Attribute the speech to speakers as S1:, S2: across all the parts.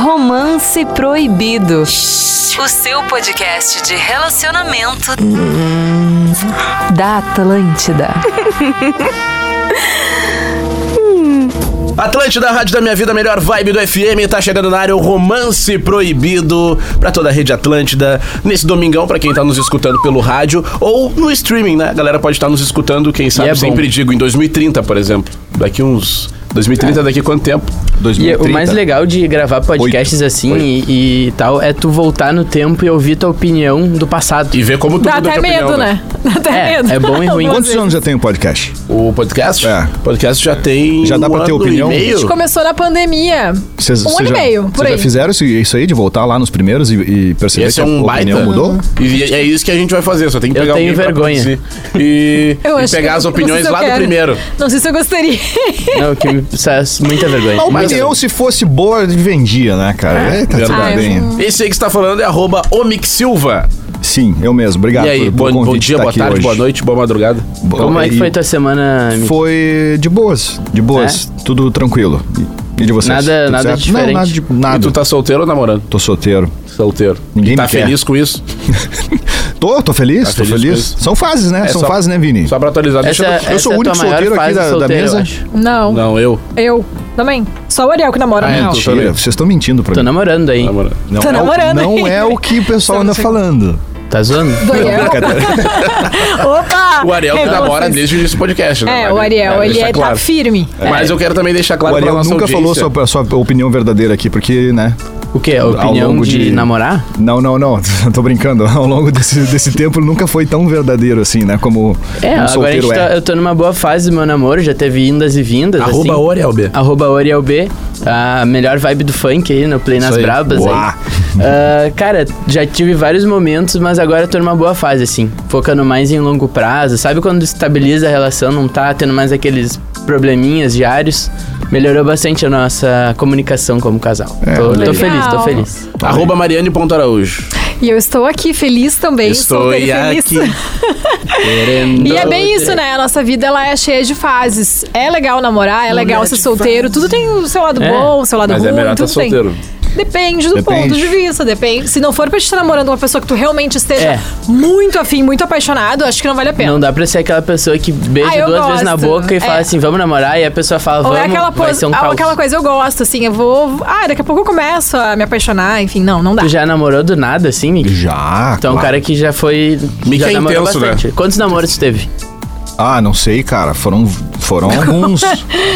S1: Romance Proibido. O seu podcast de relacionamento da Atlântida.
S2: Atlântida, Rádio da Minha Vida, melhor vibe do FM, tá chegando na área o Romance Proibido pra toda a rede Atlântida, nesse domingão pra quem tá nos escutando pelo rádio ou no streaming, né? A galera pode estar nos escutando, quem sabe,
S3: é bom.
S2: sempre digo, em 2030, por exemplo. Daqui uns... 2030 daqui a quanto tempo?
S3: É. E é
S2: 2030.
S3: o mais legal de gravar podcasts
S2: Oito.
S3: assim
S2: Oito.
S3: e, e tal é tu voltar no tempo e ouvir tua opinião do passado.
S2: E ver como tu
S4: Dá
S2: muda
S4: até
S2: de opinião,
S4: medo, né? Dá até
S3: É,
S4: medo.
S3: é bom e ruim.
S4: Algumas
S3: Quantos
S4: vezes.
S5: Quantos anos já tem o podcast?
S2: O podcast?
S5: É.
S2: O podcast já tem
S5: Já dá pra
S2: um
S5: ter
S2: ano
S5: opinião?
S2: e meio.
S5: Acho
S4: Começou na pandemia.
S5: Vocês,
S4: Um ano
S5: vocês
S4: e
S5: já-
S4: meio, por
S5: vocês já
S4: aí.
S5: fizeram isso, isso aí, de voltar lá nos primeiros e, e perceber
S2: Esse
S5: que
S2: é um
S5: a
S2: baita.
S5: opinião mudou?
S2: E é isso que a gente vai fazer, só tem que
S3: Eu
S2: pegar
S3: tenho
S2: alguém pra
S3: vergonha.
S2: produzir. E,
S4: Eu
S2: e
S4: acho
S2: pegar
S4: que-
S2: as
S4: não sei
S2: opiniões
S4: se eu
S2: lá do
S4: quero.
S2: primeiro.
S4: Não sei se eu gostaria.
S3: Não, né, que me faz muita vergonha.
S5: A
S3: Mas-
S5: opinião, se fosse boa, vendia, né, cara? É, tá tudo
S2: verdade.
S5: bem.
S2: Esse aí que está falando é arroba Omic Silva.
S5: Sim, eu mesmo. Obrigado
S2: e aí,
S5: por- pelo
S2: bom, bom
S5: convite
S2: dia,
S5: de tá
S2: boa
S5: aqui
S2: tarde,
S5: hoje.
S2: boa noite, boa madrugada.
S5: Bo-
S3: Como é que
S5: e-
S2: então?
S3: foi tua semana? amigo?
S5: Foi de boas, de boas.
S2: É.
S5: Tudo tranquilo. E, e de vocês?
S3: Nada-
S5: Tudo
S3: nada
S5: certo?
S3: diferente.
S5: Não, nada de
S2: E
S5: nada.
S2: tu tá solteiro ou namorando?
S5: Tô solteiro.
S2: Solteiro.
S5: Ninguém
S2: tá
S5: me quer.
S2: feliz com isso?
S5: Tô, tô feliz,
S2: Tá
S5: tô
S2: feliz com
S5: feliz.
S2: isso?
S5: São fases, né?
S2: É
S5: São
S2: só-
S5: fases, né, Vini?
S2: Só pra atualizar,
S3: Essa,
S2: deixa eu...
S5: eu sou
S3: essa
S5: o
S3: é
S5: único
S3: a tua maior
S5: solteiro aqui
S3: fase
S5: da- da
S3: solteiro, eu
S5: mesa.
S3: acho.
S4: Não,
S2: Não, eu.
S4: eu também. Só o Ariel que namora,
S2: Ah, é,
S4: não.
S2: tu-
S5: Mentira, vocês estão mentindo pra
S3: Tô
S5: mim.
S3: namorando aí.
S2: Namorando.
S5: Não,
S4: Tô
S5: é o-
S4: namorando um
S5: não
S4: ainda.
S5: é o que o
S4: Estamos
S5: pessoal anda falando.
S3: Tá zoando?
S4: Do Ariel? Opa!
S2: O Ariel que
S4: Revelações.
S2: namora desde o início do podcast, né?
S4: É,
S2: Vale?
S4: o Ariel,
S2: É,
S4: ele
S2: deixar
S4: é,
S2: claro.
S4: tá firme.
S2: Mas eu quero também deixar claro
S5: o Ariel
S2: pra nossa
S5: nunca falou
S2: audiência.
S5: sua, sua opinião verdadeira aqui, porque, né?
S3: O quê? A
S5: Ao
S3: opinião
S5: longo
S3: de,
S5: de- um
S3: namorar?
S5: Não, não, não. Tô brincando. Ao longo desse, desse tempo nunca foi tão verdadeiro assim, né? Como
S3: É,
S5: um
S3: agora a
S5: solteiro
S3: gente
S5: é.
S3: tá, eu tô numa boa fase do meu namoro, já teve indas e vindas.
S2: Arroba
S3: assim.
S2: o Ariel
S5: Ah,
S2: B.
S3: Arroba Oriel B, a melhor vibe do funk aí no Play nas
S2: aí.
S3: Brabas. aí.
S5: Uá.
S3: Ah, cara, já tive vários momentos, mas agora tô numa boa fase, assim. Focando mais em longo prazo. Sabe quando estabiliza a relação, não tá tendo mais aqueles probleminhas diários? Melhorou bastante a nossa comunicação como casal. tô, tô
S2: É, legal.
S3: feliz, tô feliz.
S5: tá.
S2: Arroba Mariane Ponto Araújo.
S4: E eu estou aqui feliz também.
S2: Estou
S4: solteira e feliz.
S2: aqui.
S4: E
S2: Então,
S4: é bem isso, né? A nossa vida ela é cheia de fases. É legal namorar, é legal ser solteiro. Tudo tem o seu lado
S3: É.
S4: bom, o seu lado
S2: Mas
S4: ruim.
S2: é melhor estar
S4: tudo tem.
S2: solteiro.
S4: Depende do
S5: Depende.
S4: ponto de vista, depende. Se não for pra te estar namorando uma pessoa que tu realmente esteja
S3: É.
S4: muito afim, muito apaixonado, acho que não vale a pena.
S3: Não dá pra ser aquela pessoa que beija
S4: Ah, eu
S3: duas vezes na
S4: gosto.
S3: boca e fala
S4: É.
S3: assim, vamos namorar, e a pessoa fala,
S4: Ou
S3: vamos,
S4: é aquela,
S3: vai
S4: pos...
S3: ser um
S4: ou
S3: caos.
S4: aquela coisa eu gosto, assim, eu vou. Ah, daqui a pouco eu começo a me apaixonar, enfim, não, não dá.
S3: Tu já é namorou do nada, assim, Miki?
S5: Já.
S3: Então, um
S5: claro.
S3: cara que já foi.
S2: Mickey
S3: já
S2: é
S3: namorou
S2: intenso, né?
S3: bastante. Quantos namoros tu teve?
S5: Ah, não sei, cara. Foram, foram alguns.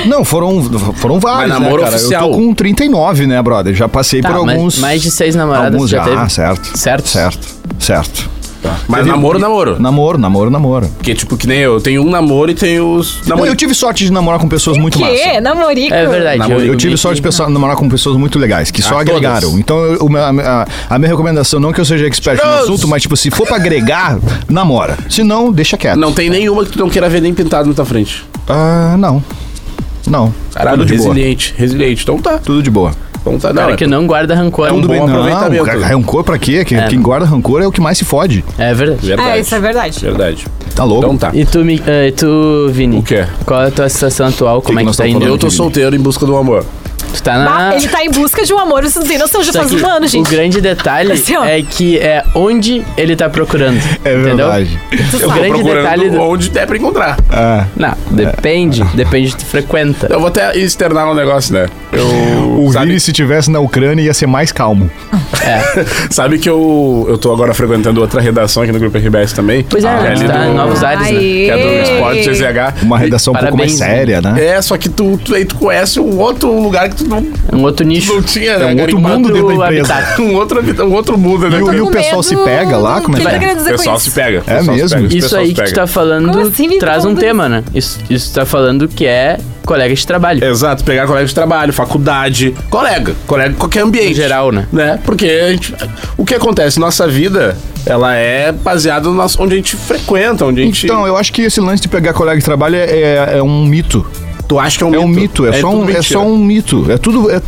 S5: não, foram, foram vários.
S2: Mas namoro
S5: né, cara?
S2: oficial.
S5: Eu tô com 39, né, brother? Já passei
S3: Tá,
S5: por
S3: mas
S5: alguns.
S3: mais de seis namoradas
S5: Alguns
S3: já
S5: já,
S3: teve?
S5: certo.
S3: Certo?
S5: Certo. Certo.
S2: Mas
S5: Teve- um-
S2: namoro, namoro.
S5: Namoro, namoro, namoro.
S2: Porque, tipo, que nem eu, tenho um namoro e tenho os
S5: Não,
S2: namoros.
S5: eu tive sorte de namorar com pessoas muito massas.
S4: Que? Namorico.
S3: É verdade.
S2: Namoro-
S5: Eu
S3: o
S5: tive
S3: Mickey-
S5: sorte de pessoa- namorar com pessoas muito legais, que só
S2: Ah,
S5: agregaram.
S2: todas.
S5: Então, eu- o meu- a, a- a minha recomendação, não que eu seja expert no
S2: Todas.
S5: assunto, mas, tipo, se for pra agregar, namora. Se não, deixa quieto.
S2: Não tem nenhuma que tu não queira ver nem pintado na tua frente.
S5: Ah, não. Não.
S2: Caralho,
S5: Tudo de boa.
S2: resiliente, resiliente. Então tá.
S5: Tudo de boa.
S2: Então tá,
S3: Cara
S2: não.
S3: que não guarda rancor.
S2: É um
S3: Tudo bem.
S2: bom aproveitamento.
S5: Não, cara, é rancor pra quê? Que- Quem guarda rancor é o que mais se fode.
S3: É verdade.
S2: Verdade.
S4: É, isso é verdade.
S2: Verdade.
S5: Tá louco?
S2: Então tá.
S3: E tu, Mi- eh, e tu, Vini?
S2: O quê?
S3: Qual é a tua situação atual? Como
S5: que
S3: é que
S5: nós
S3: tá
S5: tamo
S3: indo?
S2: Eu
S5: falando?
S2: tô solteiro em busca do amor.
S3: Tu tá na.
S4: Bah, ele tá em busca de um amor, vocês não têm noção, já
S3: Só
S4: faz
S3: que
S4: um ano, gente.
S3: O grande detalhe
S4: Assim, ó.
S3: é que é onde ele tá procurando.
S5: É
S3: entendeu?
S5: verdade.
S4: Tu
S2: Eu tô
S4: sabe.
S3: grande
S2: procurando
S3: detalhe do-
S2: onde der pra encontrar.
S5: Ah,
S3: Não, depende. Depende de tu frequenta.
S2: Eu vou até externar um negócio, né? Eu.
S5: o
S2: Sabe,
S5: Vini, se tivesse na Ucrânia, ia ser mais calmo.
S3: É.
S2: sabe que eu, eu tô agora frequentando outra redação aqui no Grupo RBS também.
S3: Pois é,
S2: que
S3: né,
S2: Ah,
S3: tu
S2: ali
S3: tá
S2: do-
S3: em novos ares, né?
S4: Aê.
S2: que é do Esporte GZH.
S5: Uma redação um pouco mais
S3: Parabéns,
S5: séria, né?
S2: É, só que tu, tu, aí tu conhece um outro lugar que tu não,
S3: Um outro nicho.
S2: não tinha, né?
S5: É um outro
S2: cara?
S5: mundo dentro da
S3: Quatro
S5: empresa.
S3: habitat.
S2: Um outro, habita- um outro mundo, né?
S5: E o-
S2: cara?
S5: e o pessoal se pega lá? Como é que
S4: Ele
S5: é?
S4: tá querendo
S2: O
S4: dizer
S2: pessoal
S4: com
S2: se
S4: isso?
S2: pega. o
S5: É
S2: pessoal se
S5: mesmo?
S2: pega, o
S3: Isso
S2: pessoal
S3: aí
S2: se
S3: que tu
S2: pega.
S3: tá falando
S4: Como assim, Vitor?
S3: traz um
S4: Falando
S3: tema, né? Isso, isso tu tá falando que é colega de trabalho.
S5: É
S2: Exato, pegar colega de trabalho, faculdade, colega, colega em qualquer ambiente.
S3: Em geral, né?
S2: Né? Porque a gente- o que acontece? Nossa vida, ela é baseada no
S5: é-
S2: nosso, onde a gente frequenta, onde a gente.
S5: Então, eu acho que esse lance de pegar colega de trabalho é, é- é um mito.
S2: Tu acha que é um
S5: É
S2: mito?
S5: um mito, é, só,
S2: tudo
S5: um, é
S2: mentira.
S5: só um mito. É tudo, é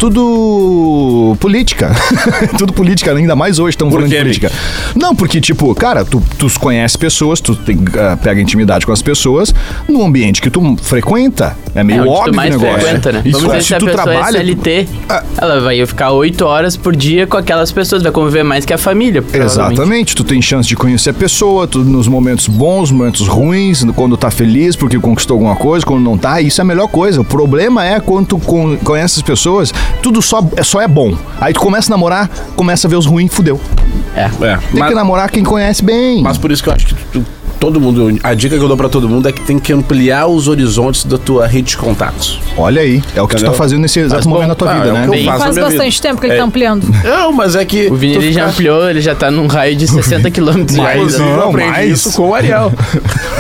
S5: tudo política. É tudo política, ainda mais hoje estamos
S2: Por
S5: falando de
S2: quê,
S5: política. Não, porque, tipo, cara, tu, tu conhece pessoas, tu tem- ah, pega intimidade com as pessoas no ambiente que tu frequenta. É
S3: É,
S5: meio
S3: onde
S5: óbvio
S3: tu mais
S5: o negócio.
S3: frequenta, né?
S5: Isso,
S3: Vamos
S5: é.
S3: dizer, se
S5: se
S3: a
S5: tu
S3: pessoa
S5: trabalha...
S3: é CLT,
S5: Ah.
S3: ela vai ficar 8 horas por dia com aquelas pessoas, vai conviver mais que a família. provavelmente.
S5: Exatamente, tu tem chance de conhecer a pessoa, tu, nos momentos bons, momentos ruins, no- quando tá feliz porque conquistou alguma coisa, quando não tá, isso é a melhor coisa. O problema é quando tu con- conhece as pessoas, tudo só é, só é bom. Aí tu começa a namorar, começa a ver os ruins, fudeu.
S2: É,
S5: um- Tem
S2: mas,
S5: que namorar quem conhece bem.
S2: mas por isso que eu acho que tu- todo mundo. A dica que eu dou pra todo mundo é que tem que ampliar os horizontes da tua rede de contatos.
S5: Olha aí, é o que
S2: Entendeu?
S5: tu tá fazendo nesse exato
S2: Mas, bom,
S5: momento da tua
S2: ah,
S5: vida,
S2: é o
S5: né?
S2: que eu
S5: Bem,
S2: faço.
S4: Faz
S2: na minha
S4: bastante
S2: vida.
S4: tempo que ele
S2: É.
S4: tá ampliando.
S2: Não, mas é que.
S3: O Vini
S2: tu
S3: ele já
S2: fica-
S3: ampliou, ele já tá num raio de 60 km de raio. né?
S2: Inclusive, eu
S5: Não,
S2: aprendi
S5: mas-
S2: isso com o Ariel.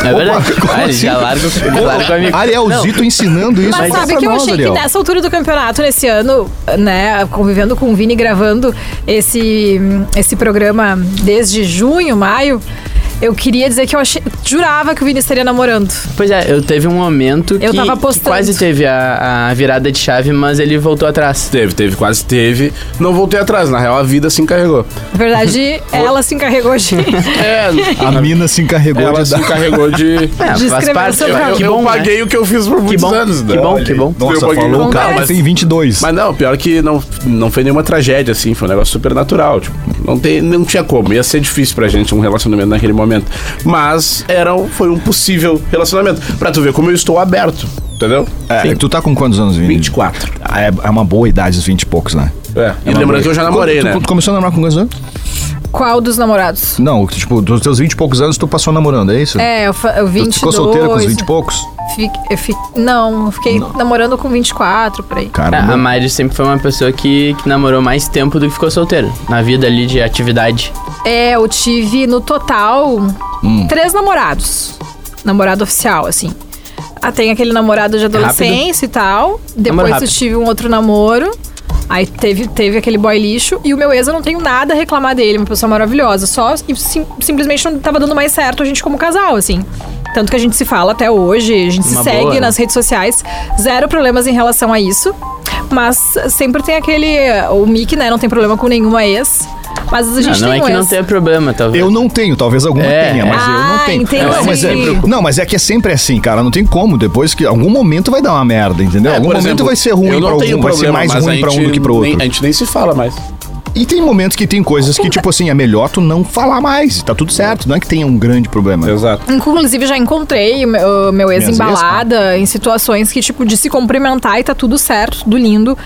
S3: É verdade.
S5: um. como
S3: Ah, ele
S5: assim? Ah.
S3: já larga o larga o amigo.
S5: Arielzito ensinando isso
S4: Mas
S5: pra
S4: sabe que eu
S5: nós,
S4: achei
S5: Ariel.
S4: que nessa altura do campeonato, nesse ano, né, convivendo com o Vini, gravando esse, esse programa desde junho, maio, eu queria dizer que eu achei, jurava que o Vini estaria namorando.
S3: Pois é, eu teve um momento
S4: Eu
S3: que,
S4: tava
S3: que
S4: apostando.
S3: quase teve a, a virada de chave, mas ele voltou atrás.
S2: Teve, teve, quase teve. Não voltei atrás, na real a vida se encarregou.
S4: Na verdade, ela se encarregou de,
S2: É,
S5: A mina se encarregou
S2: ela
S5: de
S2: se
S5: dar.
S2: encarregou de.
S3: É,
S4: De escrever seu
S2: Eu,
S4: Ah,
S2: eu-
S3: que
S2: eu
S3: bom, né?
S2: paguei o que eu fiz por muitos
S3: bom,
S2: anos.
S3: que
S2: né?
S3: bom,
S2: Olha
S3: que
S2: aí.
S3: bom.
S4: um
S2: Eu
S5: Nossa,
S2: paguei-
S5: falou o um cara,
S4: Acontece.
S5: mas tem 22.
S2: Mas não, pior que não, não foi nenhuma tragédia, assim, foi um negócio super natural. Tipo, não, tem, não tinha como. Ia ser difícil pra gente um relacionamento naquele momento. Mas era, um- foi um possível relacionamento. Pra tu ver como eu estou aberto, entendeu?
S5: É, tu tá com quantos anos, Vini?
S2: 24.
S5: Ah, É, é uma boa idade, os 20 e poucos, né?
S2: É. E
S5: É uma
S2: lembrando
S5: boa.
S2: que eu já namorei,
S5: Quando tu,
S2: né?
S5: Tu começou a namorar com quantos anos?
S4: qual dos namorados.
S5: Não, tipo, dos teus 20 e poucos anos tu passou namorando, é isso?
S4: É, eu, fa- eu
S5: Tu
S4: 22.
S5: ficou solteira com os 20 e poucos?
S4: Fique- eu fi- não, eu fiquei namorando com 24, por aí.
S5: Cara,
S3: É,
S2: Ah,
S3: A Mari sempre foi uma pessoa que, que namorou mais tempo do que ficou solteira. Na vida ali de atividade.
S4: É, eu tive no total
S3: Hum.
S4: três namorados. Namorado oficial, assim. Ah, tem aquele namorado de adolescência e tal. Depois eu
S3: É rápido.
S4: tive um outro namoro. Aí teve, teve aquele boy lixo. E o meu ex, eu não tenho nada a reclamar dele. Uma pessoa maravilhosa. Só e sim- simplesmente não tava dando mais certo a gente como casal, assim. Tanto que a gente se fala até hoje, a gente se
S3: Uma
S4: segue
S3: boa, né?
S4: nas redes sociais. Zero problemas em relação a isso. Mas sempre tem aquele. O Mick, né? Não tem problema com nenhuma ex. Mas a
S3: não,
S4: gente
S3: não
S4: tem
S3: é
S4: um
S3: que não
S4: ex.
S3: tenha problema, talvez.
S5: eu não tenho, talvez alguma
S3: É,
S5: tenha, mas
S4: é.
S5: eu não
S4: Ah,
S5: tenho.
S4: entendi.
S5: Não, mas é, não, mas é que é sempre assim, cara, não tem como. Depois que algum momento vai dar uma merda, entendeu?
S2: É,
S5: algum
S2: por
S5: momento
S2: exemplo,
S5: vai ser ruim
S2: eu
S5: pra
S2: não
S5: algum,
S2: tenho
S5: vai ser
S2: problema,
S5: mais
S2: mas a
S5: ruim pra um
S2: gente
S5: do que pro outro.
S2: nem- a gente nem se fala mais.
S5: E tem momentos que tem coisas que, tipo assim, é melhor tu não falar mais. Tá tudo certo, não é que tenha um grande problema.
S2: Exato.
S4: Inclusive, já encontrei o meu, o meu ex
S5: Minhas ex, tá.
S4: embalada em situações que, tipo, de se cumprimentar e tá tudo certo, tudo lindo.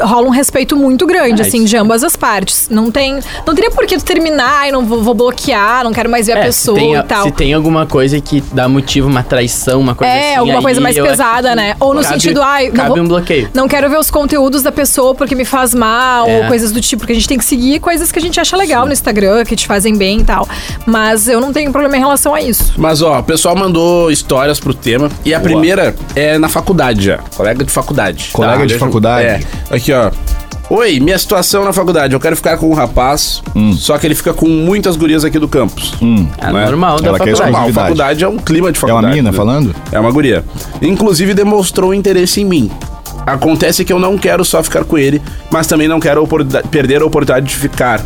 S4: Rola um respeito muito grande, assim, de ambas as partes. Não tem. Não teria por que tu terminar, ai, não vou, vou bloquear, não quero mais ver a
S3: É, se
S4: pessoa
S3: tem,
S4: e tal.
S3: Se tem alguma coisa que dá motivo, uma traição, uma coisa assim.
S4: É, alguma
S3: aí
S4: coisa mais
S3: eu acho
S4: pesada,
S3: que
S4: né? Ou no
S3: cabe-
S4: sentido, ai, não
S3: Cabe
S4: vou-
S3: um bloqueio.
S4: Não quero ver os conteúdos da pessoa porque me faz mal,
S3: É.
S4: ou coisas do tipo, porque a gente tem que seguir coisas que a gente acha legal no Instagram, que te fazem bem e tal. Mas eu não tenho problema em relação a isso.
S2: Mas ó, o pessoal mandou histórias pro tema. E a primeira é na faculdade já. Colega de faculdade.
S5: Colega de
S2: Deixa-
S5: faculdade.
S2: É. Aqui, ó. Oi, minha situação na faculdade. Eu quero ficar com um rapaz,
S5: Hum.
S2: só que ele fica com muitas gurias aqui do campus.
S3: É
S2: Né?
S3: normal da
S5: Ela quer
S2: Normal,
S3: faculdade.
S5: exclusividade.
S2: faculdade é um clima de
S5: É
S2: faculdade.
S5: uma mina
S2: né?
S5: falando?
S2: É uma guria. Inclusive demonstrou interesse em mim. Acontece que eu não quero só ficar com ele, mas também não quero oportuni- perder a oportunidade de ficar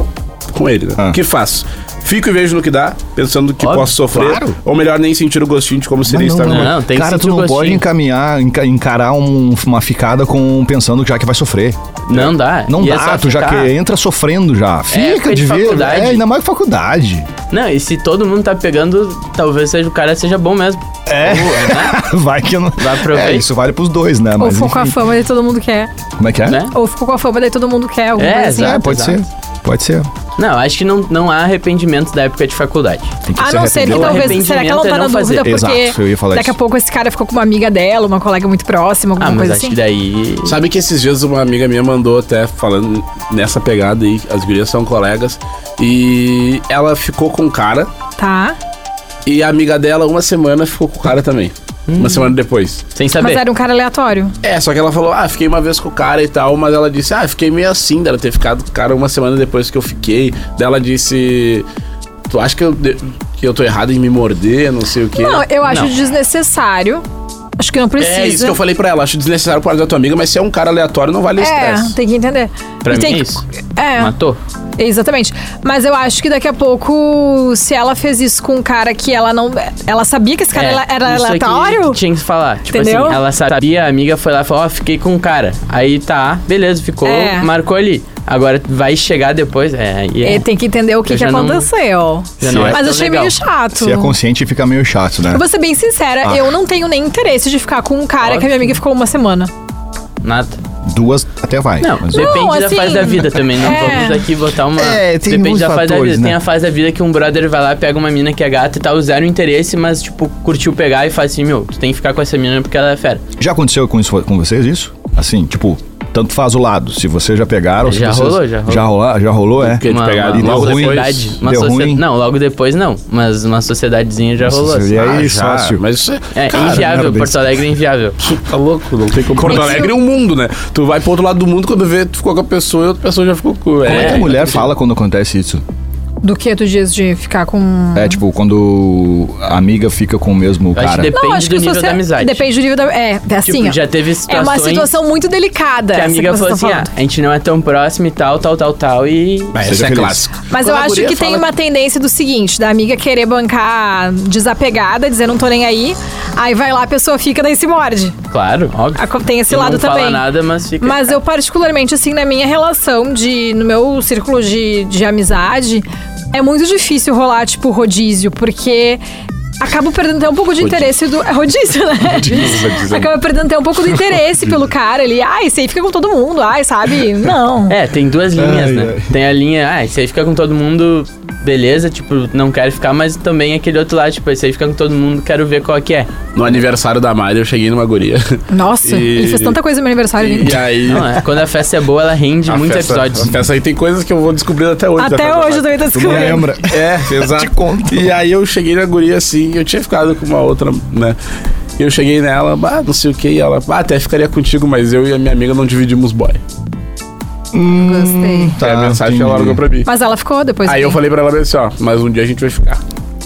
S2: com ele. Né?
S5: Ah.
S2: O que faço? Fico e vejo no que dá, pensando que
S3: Óbvio,
S2: posso sofrer.
S5: claro.
S2: Ou melhor, nem sentir o gostinho de como seria
S5: Mas
S2: estar com
S3: não. é.
S2: ele.
S3: tem que
S5: cara, tu
S3: sentir o
S5: não pode
S3: gostinho.
S5: encaminhar, enca- encarar um- uma ficada com pensando já que vai sofrer.
S3: Não dá.
S5: Não
S3: E é
S5: dá,
S3: só
S5: tu já
S3: ficar.
S5: que entra sofrendo já. Fica
S3: É, fica
S5: de
S3: de
S5: ver.
S3: faculdade.
S5: É, ainda mais faculdade.
S3: Não, e se todo mundo tá pegando, talvez seja o cara seja bom mesmo.
S5: É. Vai que eu não.
S3: Vai pro
S5: é,
S3: bem.
S5: isso vale pros dois, né?
S4: Ou
S5: Mas
S4: ficou com a
S5: enfim.
S4: fama e todo mundo quer.
S5: Como é que é?
S3: Né?
S4: Ou ficou com a fama, daí todo mundo quer alguma
S3: É,
S4: coisa assim.
S5: É,
S3: Exato,
S5: pode
S3: exato.
S5: ser. Pode ser.
S3: Não, acho que não, não há arrependimento da época de faculdade.
S5: Tem que
S4: A
S5: se
S4: não ser que
S5: arrepender.
S4: talvez. Será que ela não tá na
S3: Arrependimento é não
S4: dúvida
S5: fazer.
S4: porque
S5: Exato, eu ia falar
S4: daqui a
S5: isso.
S4: pouco esse cara ficou com uma amiga dela, uma colega muito próxima, alguma
S3: Ah, mas
S4: coisa
S3: acho
S4: assim?
S3: que daí.
S2: Sabe que esses dias uma amiga minha mandou até falando nessa pegada aí, as gurias são colegas, e ela ficou com o cara,
S4: Tá.
S2: e a amiga dela, uma semana, ficou com o cara também. Uma
S3: Hum.
S2: semana depois.
S3: Sem
S4: Mas
S3: saber.
S4: era um cara aleatório.
S2: É, só que ela falou, ah, fiquei uma vez com o cara e tal, mas ela disse, ah, fiquei meio assim dela ter ficado com o cara uma semana depois que eu fiquei. Daí ela disse, tu acha que eu, de- que eu tô errado em me morder, não sei o quê.
S4: Não, eu acho
S3: Não.
S4: desnecessário. Acho que não precisa.
S2: É isso que eu falei pra ela. Acho desnecessário para da tua amiga, mas se é um cara aleatório, não vale
S4: É,
S2: estresse.
S4: tem que entender.
S3: Pra
S4: E
S3: mim
S4: tem
S3: é
S4: que-
S3: isso.
S4: É.
S3: Matou.
S4: Exatamente. Mas eu acho que daqui a pouco, se ela fez isso com um cara que ela não. Ela sabia que esse cara
S3: É,
S4: ela- era
S3: isso aqui
S4: aleatório?
S3: que tinha que falar. Tipo
S4: Entendeu?
S3: assim, ela sabia, a amiga foi lá e falou, ó, fiquei com o cara. Aí tá, beleza, ficou,
S4: É.
S3: marcou ali. Agora vai chegar depois, é, aí é.
S4: É, tem que entender o que,
S3: Eu
S4: que
S3: já não-
S4: aconteceu.
S3: já não acho
S4: Mas eu
S3: tão
S4: achei
S3: legal.
S4: meio chato.
S5: Se é consciente, fica meio chato,
S2: É.
S5: né?
S4: Eu vou ser bem sincera,
S5: Ah.
S4: eu não tenho nem interesse de ficar com um cara que a minha
S3: Ótimo.
S4: amiga ficou uma semana.
S3: nada.
S5: Duas até vai.
S3: Não,
S5: mas-
S3: depende da
S4: assim,
S3: fase da vida também, não
S4: é.
S3: vamos aqui botar uma...
S5: É, tem
S3: depende
S5: muitos
S3: da fase da
S5: fatores,
S3: vida.
S5: né?
S3: Tem a fase da vida que um brother vai lá, pega uma mina que é gata e tal, zero interesse, mas tipo, curtiu pegar e faz assim, meu, tu tem que ficar com essa mina porque ela é fera.
S5: Já aconteceu com, isso, com vocês isso? Assim, tipo, tanto faz o lado. Se vocês já pegaram...
S3: Já
S5: se vocês-
S3: rolou, já rolou.
S5: Já rolou, já rolou, é?
S2: Porque- Eles pegaram
S5: e deu ruim.
S3: sociedade. Uma
S5: Deu
S3: socie-
S5: ruim.
S3: Não, logo depois não. Mas uma sociedadezinha já rolou.
S5: E
S3: assim.
S5: aí,
S2: já,
S5: sócio?
S2: Mas isso é.
S3: É
S2: cara,
S3: inviável,
S5: merda.
S3: Porto Alegre é inviável.
S2: tá louco, não tem como. Porto Alegre é um mundo, né? Tu vai pro outro lado do mundo, quando vê, tu ficou com a pessoa e outra pessoa já ficou com.
S5: Como é que a
S3: É,
S5: mulher fala quando acontece isso?
S4: Do que tu diz de ficar com.
S5: É, tipo, quando a amiga fica com o mesmo
S3: acho
S5: cara.
S3: que depende do
S4: se
S3: nível da amizade.
S4: Depende do nível da. É, é assim,
S3: Tipo,
S4: ó.
S3: já teve
S4: É uma
S3: situações
S4: situação muito delicada.
S3: que a
S4: essa
S3: amiga
S4: vocês
S3: falou assim,
S4: estão
S3: ah,
S4: tá falando.
S3: a gente não é tão próximo e tal, tal, tal, tal, e...
S2: Mas
S5: Seja
S2: essa é
S5: feliz.
S2: clássica.
S4: Mas eu
S2: Quando a
S4: acho
S2: guria
S4: que tem
S2: fala
S4: uma tendência do seguinte, da amiga querer bancar desapegada, dizer não tô nem aí, aí vai lá, a pessoa fica, daí se morde.
S3: Claro, óbvio.
S4: Aco- Ah, Tem esse
S3: Tu
S4: lado
S3: não
S4: também.
S3: fala nada, mas fica...
S4: Mas eu, particularmente, assim, na minha relação de. no meu círculo de, de amizade, é muito difícil rolar, tipo, rodízio, porque. Acabo perdendo até um pouco de interesse do. É rodízio, né?
S2: rodízio. tá
S4: Acaba perdendo até um pouco do interesse pelo cara ali. Ai, isso aí fica com todo mundo. Ai, sabe? Não.
S3: É, tem duas linhas,
S5: Ai,
S3: né?
S5: ai.
S3: Tem a linha, ah, esse aí fica com todo mundo, beleza, tipo, não quero ficar, mas também aquele outro lado, tipo, esse aí fica com todo mundo, quero ver qual que é.
S2: No aniversário da Mari, eu cheguei numa guria.
S4: Nossa,
S2: E-
S4: ele fez tanta coisa no meu aniversário. né?
S2: E aí.
S3: Não, é, quando a festa é boa, ela rende
S2: a
S3: muitos
S2: festa-
S3: episódios.
S2: A festa aí tem coisas que eu vou descobrindo até hoje. da
S4: Até
S2: festa da
S4: hoje eu
S2: Mari.
S4: também tô
S5: Tu não
S4: descobrindo.
S5: lembra?
S2: É, exato.
S5: Te conto.
S2: E aí eu cheguei na guria assim, eu tinha ficado com uma outra, né? E eu cheguei nela, bah, não sei o que, e ela, bah, até ficaria contigo, mas eu e a minha amiga não dividimos boy.
S4: Hum, Gostei.
S5: Tá,
S2: é a mensagem que ela largou pra mim.
S4: Mas ela ficou depois.
S2: Aí eu falei
S4: também.
S2: pra ela assim, ó, mas um dia a gente vai ficar.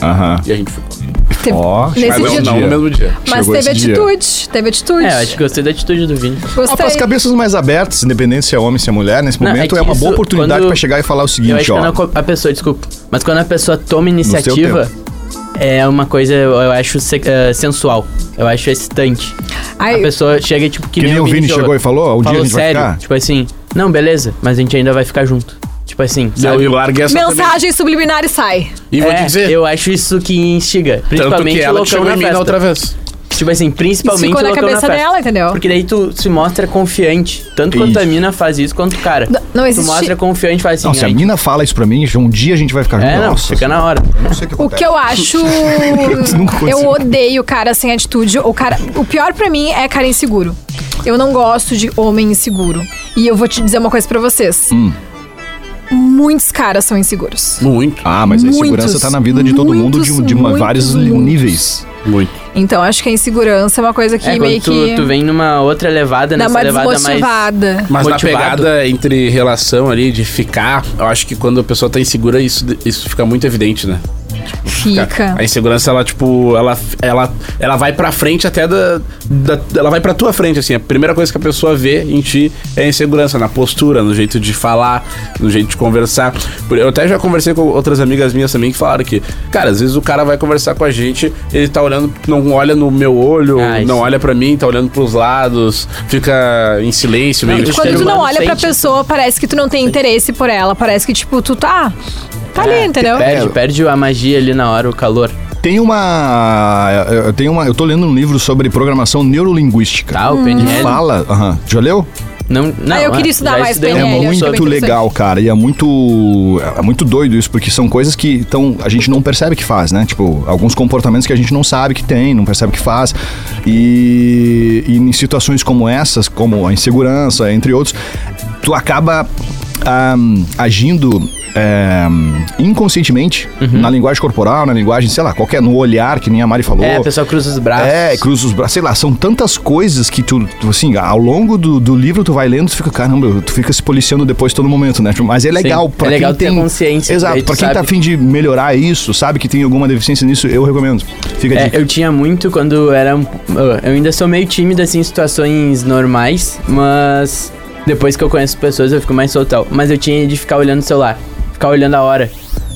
S5: Aham.
S2: E a gente ficou.
S4: Teve-
S5: Ó,
S4: Nesse
S2: Mas não,
S4: dia-
S2: não no mesmo dia.
S4: Mas
S5: Chegou
S4: teve
S5: esse dia.
S4: atitude. Teve atitude.
S3: É, eu acho que gostei da atitude do Vini.
S5: Ah,
S4: Gostei.
S5: para as cabeças mais abertas, independente se é homem, se é mulher, nesse
S3: Não, é
S5: momento é,
S3: que
S5: uma
S3: isso,
S5: boa oportunidade
S3: quando-
S5: pra chegar e falar o
S3: Eu acho
S5: seguinte,
S3: que quando
S5: ó.
S3: a co- a pessoa, desculpa, mas quando a pessoa toma
S5: seu
S3: iniciativa, é uma coisa, eu eu acho se- eh, sensual. Eu acho excitante.
S4: Ai,
S3: a pessoa chega, tipo, que,
S5: Que nem o Vini
S3: Joe-
S5: chegou e falou, ó, um dia
S3: falou
S5: a gente vai
S3: sério,
S5: ficar.
S3: Tipo assim, não, beleza, mas a gente ainda vai ficar junto. Tipo assim,
S2: Eu,
S3: sabe?
S2: eu larguei essa também.
S4: Mensagem subliminar e sai.
S2: E vou
S3: é,
S2: te dizer,
S3: eu acho isso que instiga.
S2: tanto
S3: Principalmente
S2: que ela que
S3: loucão
S2: chegou
S3: na
S2: em mim na
S3: festa.
S2: outra vez.
S3: Tipo assim,
S4: Isso
S3: principalmente
S4: ficou na
S3: loucão
S4: cabeça
S3: festa.
S4: dela, é entendeu?
S3: Porque daí tu se mostra confiante. Tanto
S5: Isso.
S3: quanto a mina faz isso, quanto o cara.
S4: Não- não existe-
S3: Tu mostra confiante e faz assim.
S5: Não, se a
S3: aí,
S5: mina fala isso pra mim, já um dia a gente vai ficar junto.
S3: É, não,
S5: Nossa,
S3: fica na hora.
S5: não sei o que
S4: O
S5: acontece.
S4: que
S3: é.
S4: eu acho.
S5: nunca conheci.
S4: eu odeio cara sem atitude. O, cara, o pior pra mim é cara inseguro. Eu não gosto de homem inseguro. E eu vou te dizer uma coisa pra vocês. Muitos caras são inseguros.
S2: Muito,
S5: Ah, mas a
S4: Muitos,
S5: insegurança tá na vida de todo mundo de, de uma-
S4: muitos,
S5: vários li-
S4: muitos.
S5: níveis.
S2: muito.
S4: Então acho que a insegurança é uma coisa que
S3: é, quando
S4: meio
S3: tu,
S4: que
S3: tu vem numa outra levada,
S4: dá
S3: nessa
S4: uma
S3: levada mais...
S4: desmotivada.
S2: Mas
S3: Motivado.
S2: na pegada entre relação ali, de ficar, eu acho que quando a pessoa tá insegura, isso, isso fica muito evidente, né?
S4: Fica.
S2: A insegurança, ela, tipo, ela, ela, ela vai pra frente até da, da- Ela vai pra tua frente, assim. A primeira coisa que a pessoa vê em ti é a insegurança, na postura, no jeito de falar, no jeito de conversar. Por- Eu até já conversei com outras amigas minhas também que falaram que, cara, às vezes o cara vai conversar com a gente, ele tá olhando, não olha no meu olho,
S3: Ah, isso.
S2: não olha pra mim, tá olhando pros lados, fica em silêncio, meio
S3: Não,
S2: que.
S3: o ser
S4: Quando tu não
S3: humano
S4: olha pra
S3: sente.
S4: pessoa, parece que tu não tem interesse por ela. Parece que, tipo, tu tá. Tá ali, entendeu?
S3: Perde,
S5: É.
S3: perde a magia ali na hora, o calor.
S5: Tem uma, eu tenho uma, eu tô lendo um livro sobre programação neurolinguística.
S3: Tá, o PNL.
S5: Fala, aham. Já leu?
S3: Não, não,
S4: Hum. Ah, eu
S3: é,
S4: queria estudar
S3: já
S4: mais
S3: estudei
S5: É,
S4: PNL,
S3: um pouco
S4: acho
S3: sobre-
S4: bem
S5: muito
S4: interessante.
S5: legal, cara. E é muito. É muito doido isso, porque são coisas que então, a gente não percebe que faz, né? Tipo, alguns comportamentos que a gente não sabe que tem, não percebe que faz. E, e em situações como essas, como a insegurança, entre outros, tu acaba ah, agindo é, inconscientemente, na linguagem corporal, na linguagem, sei lá, qualquer, no olhar, que nem a Mari falou.
S3: É, a pessoa cruza os braços.
S5: É, cruza os braços, sei lá, são tantas coisas que tu, tu, assim, ao longo do, do livro tu vai lendo, tu fica, caramba, tu fica se policiando depois todo momento, né? Mas é legal pra
S3: é legal
S5: quem
S3: ter
S5: tem...
S3: consciência,
S5: Exato,
S3: daí tu
S5: pra quem tá
S3: sabe.
S5: afim de melhorar isso, sabe que tem alguma deficiência nisso, eu recomendo. Fica a
S3: É,
S5: dica.
S3: eu tinha muito quando era. um- Eu ainda sou meio tímida assim, em situações normais, mas depois que eu conheço pessoas eu fico mais soltão. Mas eu tinha de ficar olhando o celular, ficar olhando a hora.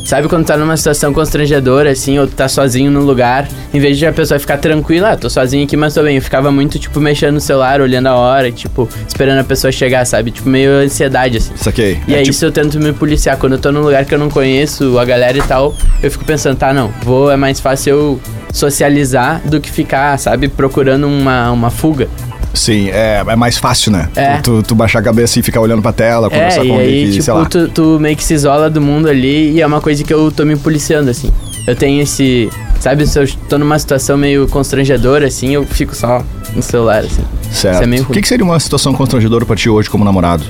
S3: Sabe quando tá numa situação constrangedora, assim, ou tu tá sozinho num lugar, em vez de a pessoa ficar tranquila, ah, tô sozinho aqui, mas tô bem. Eu ficava muito, tipo, mexendo no celular, olhando a hora, tipo, esperando a pessoa chegar, sabe? Tipo, meio ansiedade, assim.
S5: Saquei.
S3: E
S5: é
S3: é
S5: tipo-
S3: isso eu tento me policiar. Quando eu tô num lugar que eu não conheço a galera e tal, eu fico pensando, tá, não, vou, é mais fácil eu socializar do que ficar, sabe, procurando uma, uma fuga.
S5: Sim, é, é mais fácil, né?
S3: É.
S5: Tu, tu- tu baixar a cabeça e ficar olhando pra tela, conversar
S3: É, e
S5: com alguém
S3: aí,
S5: que, sei lá.
S3: tipo, tu, tu meio que se isola do mundo ali e é uma coisa que eu tô me policiando, assim. Eu tenho esse. Sabe, se eu tô numa situação meio constrangedora, assim, eu fico só no celular, assim.
S5: Certo.
S3: Isso é meio
S5: o
S3: ruim.
S5: que, que seria uma situação constrangedora pra ti hoje como namorado?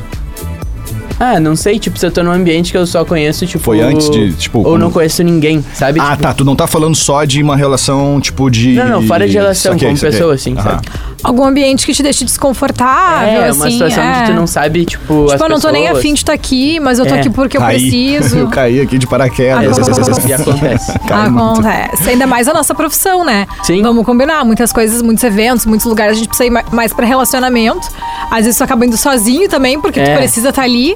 S3: Ah, não sei, tipo, se eu tô num ambiente que eu só conheço, tipo.
S5: Foi antes de, tipo,
S3: Ou não
S5: quando-
S3: conheço ninguém, sabe?
S5: Ah,
S3: Tipo,
S5: tá. Tu não tá falando só de uma relação, tipo, de.
S3: Não, não, fora de relação,
S5: Saquei,
S3: como
S5: saquei.
S3: pessoa, assim,
S5: Aham.
S3: sabe?
S4: Algum ambiente que te deixe desconfortável,
S3: é,
S4: assim.
S3: uma situação
S4: é.
S3: que tu não sabe, tipo, as
S4: Tipo, eu não tô nem
S3: pessoas.
S4: afim de estar aqui, mas eu tô
S3: É.
S4: aqui porque eu preciso. Ah,
S5: eu caí aqui de paraquedas.
S4: Acontece.
S3: E acontece.
S5: Cai
S4: Ah,
S5: muito.
S4: Acontece. é. Ainda mais a nossa profissão, né?
S3: Sim.
S4: Vamos combinar. Muitas coisas, muitos eventos, muitos lugares a gente precisa ir ma- mais pra relacionamento. Às vezes tu acaba indo sozinho também, porque tu
S3: É.
S4: precisa estar ali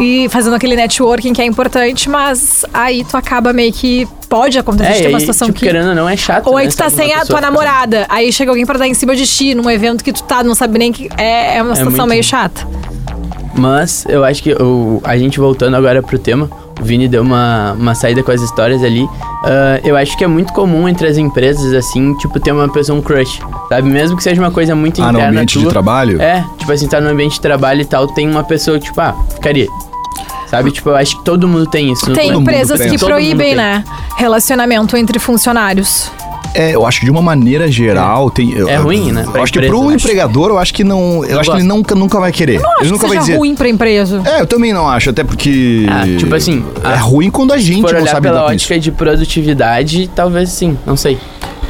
S4: e fazendo aquele networking que é importante, mas aí tu acaba meio que. Pode acontecer de
S3: É,
S4: ter
S3: e
S4: uma
S3: aí,
S4: situação
S3: tipo,
S4: que.
S3: querendo ou não, é chato.
S4: Ou aí
S3: né,
S4: tu tá
S3: sabe, uma
S4: sem a
S3: pessoa
S4: tua
S3: ficar-
S4: namorada, aí chega alguém pra dar em cima de ti, num evento que tu tá, não sabe nem que. É, é uma situação
S3: muito-
S4: meio chata.
S3: Mas eu acho que o, a gente voltando agora pro tema, o Vini deu uma, uma saída com as histórias ali. Ah, eu acho que é muito comum entre as empresas, assim, tipo, ter uma pessoa, um crush, sabe? Mesmo que seja uma coisa muito
S5: Ah, no
S3: interna
S5: ambiente de
S3: tua.
S5: trabalho?
S3: É, tipo assim, tá no ambiente de trabalho e tal, tem uma pessoa, tipo, ah, ficaria. Sabe? Tipo, eu acho que todo mundo tem isso.
S4: Tem
S5: mundo
S4: empresas
S5: tem.
S4: que
S3: Todo mundo
S4: proíbem,
S3: tem.
S4: né? Relacionamento entre funcionários.
S5: É, eu acho que de uma maneira geral tem. eu-
S3: É ruim, né, pra
S5: Eu acho que
S3: empresa,
S5: pro
S3: né?
S5: empregador, eu acho que não. Eu acho que ele
S3: gosto.
S5: nunca, nunca vai querer.
S4: Acho
S5: ele
S4: que
S5: nunca vai
S4: seja
S5: dizer.
S4: ruim pra empresa.
S5: É, eu também não acho, até porque.
S3: Ah, tipo assim,
S5: É
S3: ah,
S5: ruim quando a gente
S3: Se
S2: Tipo,
S3: for
S5: não
S3: olhar
S5: sabe
S3: pela
S5: lidar com isso.
S3: ótica de produtividade, talvez sim, não sei.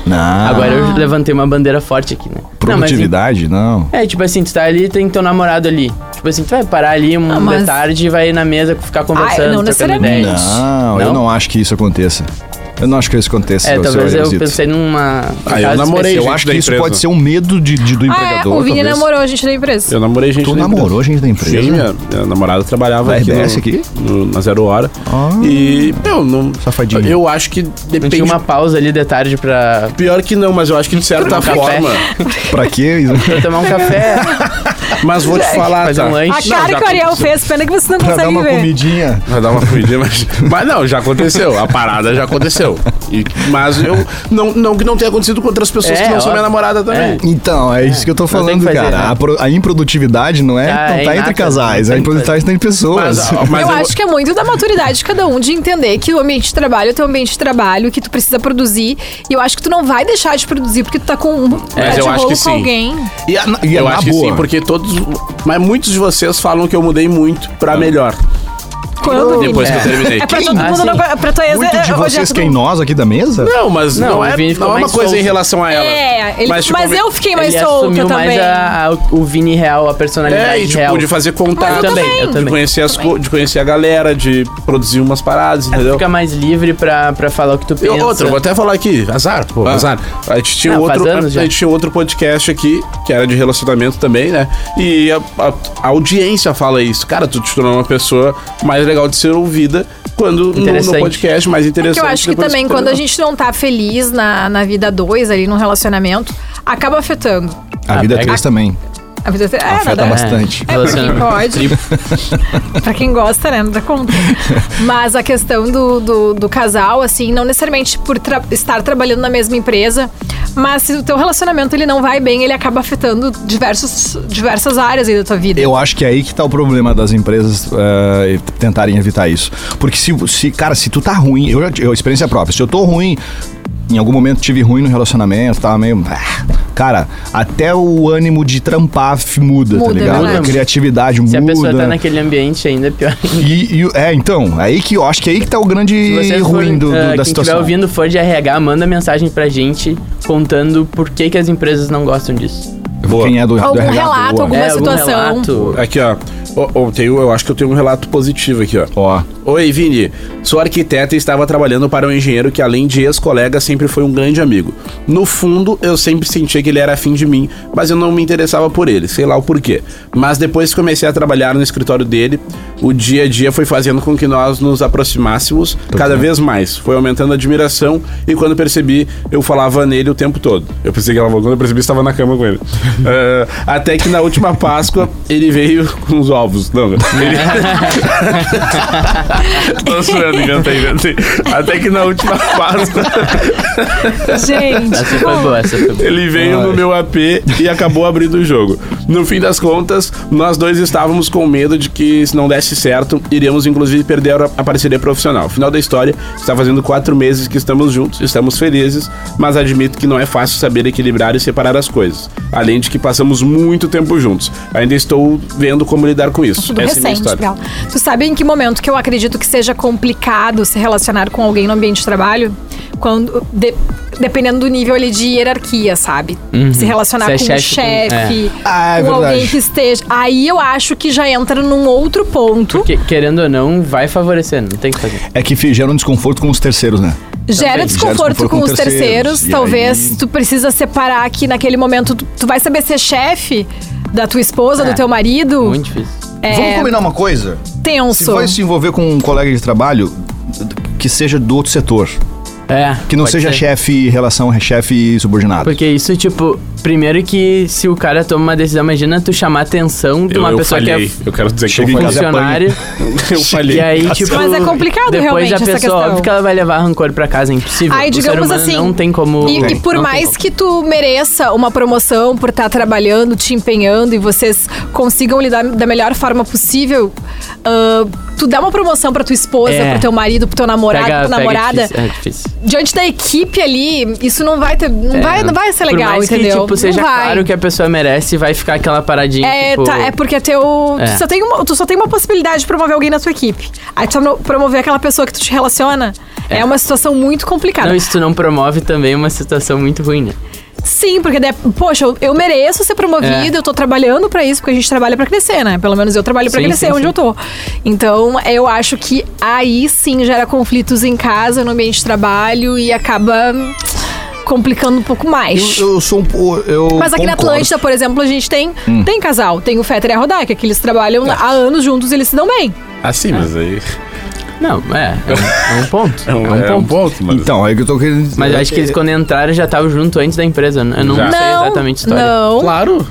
S5: Não,
S2: Ah.
S3: Agora eu levantei uma bandeira forte aqui, né? Não, mas em-
S5: produtividade, não.
S3: é, tipo assim, tu tá ali, tem teu namorado ali. Tipo assim, tu vai parar ali um
S4: Ah, mas- Ah,
S3: da tarde e vai na mesa ficar conversando,
S4: não
S3: trocando
S4: necessariamente.
S3: ideia.
S5: Não, eu
S3: É Não?
S5: não acho que isso aconteça. Eu não acho que isso aconteça.
S3: É,
S5: seu- seu
S3: talvez eu
S5: Elisito.
S3: pensei numa... num
S2: Ah, eu namorei,
S3: caso
S5: Eu
S3: específico.
S2: gente
S5: acho
S2: da
S5: que isso
S2: empresa.
S5: pode ser um medo de, de- do
S4: Ah, é,
S5: empregador.
S4: o Vini
S5: talvez.
S4: namorou a gente da empresa.
S2: Eu namorei gente.
S5: Tu
S2: da empresa.
S5: namorou gente da empresa?
S2: Sim, minha, minha namorada trabalhava
S5: Na
S2: aqui,
S5: RBS
S2: no-
S5: aqui? Ah.
S2: no- na Zero Hora. E, meu, não.
S5: Safadinho.
S2: Eu acho que
S3: Não
S2: depende.
S3: tinha uma pausa ali de tarde pra...
S2: Pior que não, mas eu acho que de certa
S3: Tomar um café.
S2: forma.
S5: Pra quê?
S3: pra tomar um café,
S2: Mas vou te falar,
S3: fazer
S2: tá?
S3: um
S4: A
S3: lanche.
S4: cara é
S2: já
S4: que o Ariel
S2: aconteceu.
S4: fez, pena que você não
S5: pra dar
S4: consegue
S5: uma
S4: ver.
S5: comidinha.
S2: Vai dar uma fugida, mas. Mas não, já aconteceu. A parada já aconteceu. E- mas eu. Não, não que não tenha acontecido com outras pessoas
S3: É,
S2: que não são minha
S3: óbvio.
S2: namorada também.
S5: Então, é isso que eu tô
S3: tem
S5: falando,
S3: que fazer,
S5: cara.
S3: né?
S5: A, pro- a improdutividade não é,
S3: Ah,
S5: não
S3: é
S5: tá entre
S3: inata,
S5: casais.
S3: não
S5: A
S3: tem
S5: improdutividade tá entre pessoas.
S2: Mas, mas
S4: eu acho que é muito da maturidade de cada um de entender que o ambiente de trabalho é teu ambiente de trabalho, que tu precisa produzir. E eu acho que tu não vai deixar de produzir porque tu tá com um pé de
S2: eu acho
S4: rolo
S2: que
S4: com
S2: sim.
S4: alguém.
S2: E, a-
S5: E é
S2: eu
S5: na
S2: acho que
S5: boa.
S2: sim, porque todos. Mas muitos de vocês falam que eu mudei muito pra melhor.
S4: Quando, Vini?
S2: Depois que eu terminei.
S4: É pra todo
S3: Ah,
S4: mundo,
S3: sim.
S4: não, é pra tua ex.
S5: Muito de
S4: é- hoje é
S5: vocês
S4: tudo-
S5: quem nós aqui da mesa?
S2: Não, mas não,
S3: Não, o
S2: é,
S3: Vini ficou
S2: não é uma
S3: mais
S2: coisa em
S3: solto.
S2: relação a ela.
S4: É, ele- mas,
S2: tipo, me-
S4: eu fiquei mais
S3: ele
S4: solta
S3: assumiu
S4: também.
S3: mais a- a- o Vini real, a
S2: É,
S3: personalidade
S2: e tipo,
S3: real.
S2: de fazer
S4: Mas
S2: contato.
S4: eu também, eu
S2: De
S3: também.
S2: conhecer, as co- de conhecer a galera, de produzir umas paradas, entendeu?
S3: É, Fica mais livre pra, pra falar o que tu
S2: E
S3: pensa.
S2: outra, vou até falar aqui, azar, pô, azar. A gente tinha
S3: Ah,
S2: outro,
S3: faz anos
S2: a
S3: já.
S2: gente tinha outro podcast aqui que era de relacionamento também, né? E a, a- a audiência fala isso, cara, tu te tornou uma pessoa mais legal de ser ouvida quando no- no,
S3: Interessante.
S2: podcast mais
S4: É Que
S2: interessante.
S4: eu acho que
S2: depois
S4: também
S2: do
S4: quando a
S2: programa.
S4: gente não tá feliz na, na vida dois, ali num relacionamento, acaba afetando.
S5: A
S3: Ah,
S5: vida
S3: pega.
S5: três também.
S4: A vida é,
S5: Afeta
S4: nada-
S5: bastante.
S4: É, pra quem pode. pra quem gosta, né? Não dá conta. Mas a questão do, do, do casal, assim, não necessariamente por tra- estar trabalhando na mesma empresa, mas se o teu relacionamento ele não vai bem, ele acaba afetando diversos, diversas áreas aí da tua vida.
S5: Eu acho que é aí que tá o problema das empresas eh, tentarem evitar isso. Porque se, se cara, se tu tá ruim, eu, já- eu experiência própria, se eu tô ruim em algum momento tive ruim no relacionamento, tava meio. ah, Cara, até o ânimo de trampar f- muda,
S4: Muda,
S5: tá ligado?
S4: verdade.
S5: A criatividade
S3: Se
S5: muda.
S3: a pessoa tá naquele ambiente ainda é pior.
S5: E, e o- é, então, aí que eu acho que aí que tá o grande
S3: vocês
S5: ruim do, do-
S3: ah,
S5: da
S3: quem estiver
S5: situação.
S3: ouvindo for de RH, manda mensagem pra gente contando por que, que as empresas não gostam disso. É,
S2: Boa.
S5: Quem é do, do
S4: Algum
S5: RH,
S4: relato,
S5: boa.
S4: algum- Uma
S3: algum
S4: situação.
S3: relato.
S2: Aqui, ó. Ó, ó, tem um- eu acho que eu tenho um relato positivo aqui, ó.
S5: Ó,
S2: Oi, Vini. Sou arquiteta e estava trabalhando para um engenheiro que, além de ex-colega, sempre foi um grande amigo. No fundo, eu sempre sentia que ele era afim de mim, mas eu não me interessava por ele, sei lá o porquê. Mas depois que comecei a trabalhar no escritório dele, o dia a dia foi fazendo com que nós nos aproximássemos cada vez mais. Foi aumentando a admiração e quando percebi, eu falava nele o tempo todo. Eu pensei que ela falou, quando eu percebi, estava na cama com ele. Eh, até que na última Páscoa, ele veio com os ovos. Não, ele, Tô suando, inventei, inventei. Até que na última Páscoa,
S4: Gente,
S3: Essa foi boa, essa foi boa.
S2: ele veio no meu AP e acabou abrindo o jogo. No fim das contas, nós dois estávamos com medo de que, se não desse certo, iríamos inclusive perder a a parceria profissional. Final da história, está fazendo quatro meses que estamos juntos, estamos felizes, mas admito que não é fácil saber equilibrar e separar as coisas. Além de que passamos muito tempo juntos. Ainda estou vendo como lidar com isso.
S4: Tá tudo
S2: Essa é a minha
S4: recente,
S2: história.
S4: Gal. Tu sabe em que momento que eu acredito que seja complicado se relacionar com alguém no ambiente de trabalho? Quando. de- dependendo do nível ali de hierarquia, sabe? Se relacionar
S3: Se é
S4: com um
S3: chefe, com-
S4: chefe,
S5: Ah, é
S4: com alguém
S5: verdade.
S4: que esteja. Aí eu acho que já entra num outro ponto.
S3: Que- querendo ou não, vai favorecendo, não tem o que fazer.
S5: é que gera um desconforto com os terceiros, né?
S4: Gera
S5: Também. Gera
S4: desconforto com os terceiros.
S5: E
S4: Talvez
S5: aí-
S4: tu precisa separar que naquele momento tu, tu vai saber ser chefe da tua esposa,
S3: É.
S4: do teu marido. É
S3: Muito difícil.
S5: Vamos combinar uma coisa? Se
S4: Tenso.
S5: vai se envolver com um colega de trabalho, que seja do outro setor.
S3: É.
S5: Que não
S3: pode
S5: seja
S3: ser.
S5: chefe, relação chefe e subordinado.
S3: Porque isso, tipo, primeiro que se o cara toma uma decisão, imagina tu chamar a atenção de
S2: Eu,
S3: uma
S2: eu
S3: pessoa
S2: falhei.
S3: que
S2: Eu quero dizer que eu
S5: Chega em
S3: é
S2: falhei.
S5: casa
S3: funcionário.
S2: Eu falhei.
S3: E aí, tipo.
S4: Mas é complicado
S3: depois
S4: realmente
S3: a
S4: essa
S3: pessoa,
S4: questão.
S3: óbvio que ela vai levar rancor pra casa, é impossível.
S4: Aí,
S3: O ser
S4: digamos
S3: humano
S4: assim.
S3: Não tem como.
S4: E, e por
S3: não tem
S4: mais
S3: como.
S4: que tu mereça uma promoção por estar trabalhando, te empenhando e vocês consigam lidar da melhor forma possível, ah, tu dá uma promoção pra tua esposa,
S3: É.
S4: pro teu marido, pro teu namorado,
S3: Pega-
S4: pra tua
S3: pega,
S4: namorada.
S3: é difícil, é difícil.
S4: Diante da equipe ali, isso não vai ter. Não,
S3: É.
S4: vai, não vai ser legal,
S3: Por mais
S4: entendeu?
S3: Que, tipo, seja
S4: não vai.
S3: claro que a pessoa merece, vai ficar aquela paradinha.
S4: É,
S3: tipo,
S4: tá, é porque teu.
S3: É.
S4: Tu, só tem uma, tu só tem uma possibilidade de promover alguém na tua equipe. Aí tu só no- promover aquela pessoa que tu te relaciona é, uma situação muito complicada.
S3: Não, isso tu não promove também é uma situação muito ruim, né?
S4: Sim, porque, de- poxa, eu, eu mereço ser
S3: É.
S4: promovida, eu tô trabalhando pra isso, porque a gente trabalha pra crescer, né? Pelo menos eu trabalho pra
S3: Sim,
S4: crescer
S3: sim,
S4: onde
S3: sim.
S4: eu tô. Então, eu acho que aí sim gera conflitos em casa, no ambiente de trabalho e acaba hum, complicando um pouco mais.
S5: Eu, eu sou um. po- Eu
S4: Mas aqui na
S5: concordo.
S4: Atlântida, por exemplo, a gente tem,
S3: Hum.
S4: tem casal, tem o Fetter e a Rodaica, que eles trabalham
S5: Tá.
S4: há anos juntos e eles se dão bem.
S2: Assim, mas aí.
S3: Não, é. É um, é um ponto.
S2: É um, é um ponto, mas.
S5: Então, é que eu tô querendo dizer.
S3: Mas eu acho que eles, quando entraram, já estavam junto antes da empresa. né? Eu não
S2: Já.
S3: sei
S4: não,
S3: exatamente a história.
S4: não.
S2: Claro.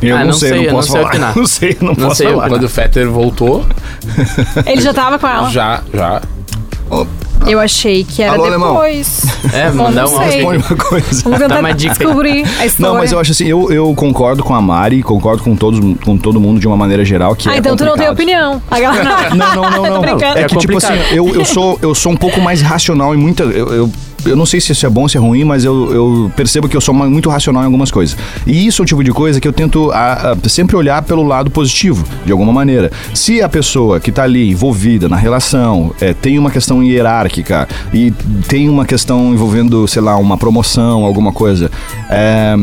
S5: Eu
S3: Ah,
S5: não,
S3: não
S5: sei,
S3: sei, eu
S5: não
S3: não
S5: posso
S3: sei
S5: falar.
S3: opinar.
S5: Não sei, não,
S3: Não
S5: posso
S3: sei
S5: falar.
S3: opinar.
S2: Quando o Fetter voltou,
S4: Ele já tava com ela.
S2: já, já.
S4: Eu achei que era
S5: Alô, alemão.
S4: depois.
S3: É,
S4: Bom,
S3: mandar
S4: não
S3: um áudio.
S4: sei.
S5: Põe uma coisa.
S4: Vamos tentar
S3: Tá uma dica aí.
S4: descobrir a história.
S5: Não, mas eu acho assim, eu, eu concordo com a Mari, concordo com, todos, com todo mundo de uma maneira geral que
S4: Ah,
S5: é
S4: então tu não tem
S5: complicado.
S4: opinião. A galera...
S5: Não, não, não,
S4: Tô
S5: não.
S4: brincando.
S5: É
S3: É
S5: que, tipo assim,
S3: complicado.
S5: eu, eu, sou, eu sou um pouco mais racional em muita. Eu, eu, eu não sei se isso é bom, se é ruim, mas eu, eu percebo que eu sou ma- muito racional em algumas coisas. E isso é o tipo de coisa que eu tento a- a- sempre olhar pelo lado positivo, de alguma maneira. Se a pessoa que tá ali envolvida na relação é, tem uma questão hierárquica e tem uma questão envolvendo, sei lá, uma promoção, alguma coisa. É,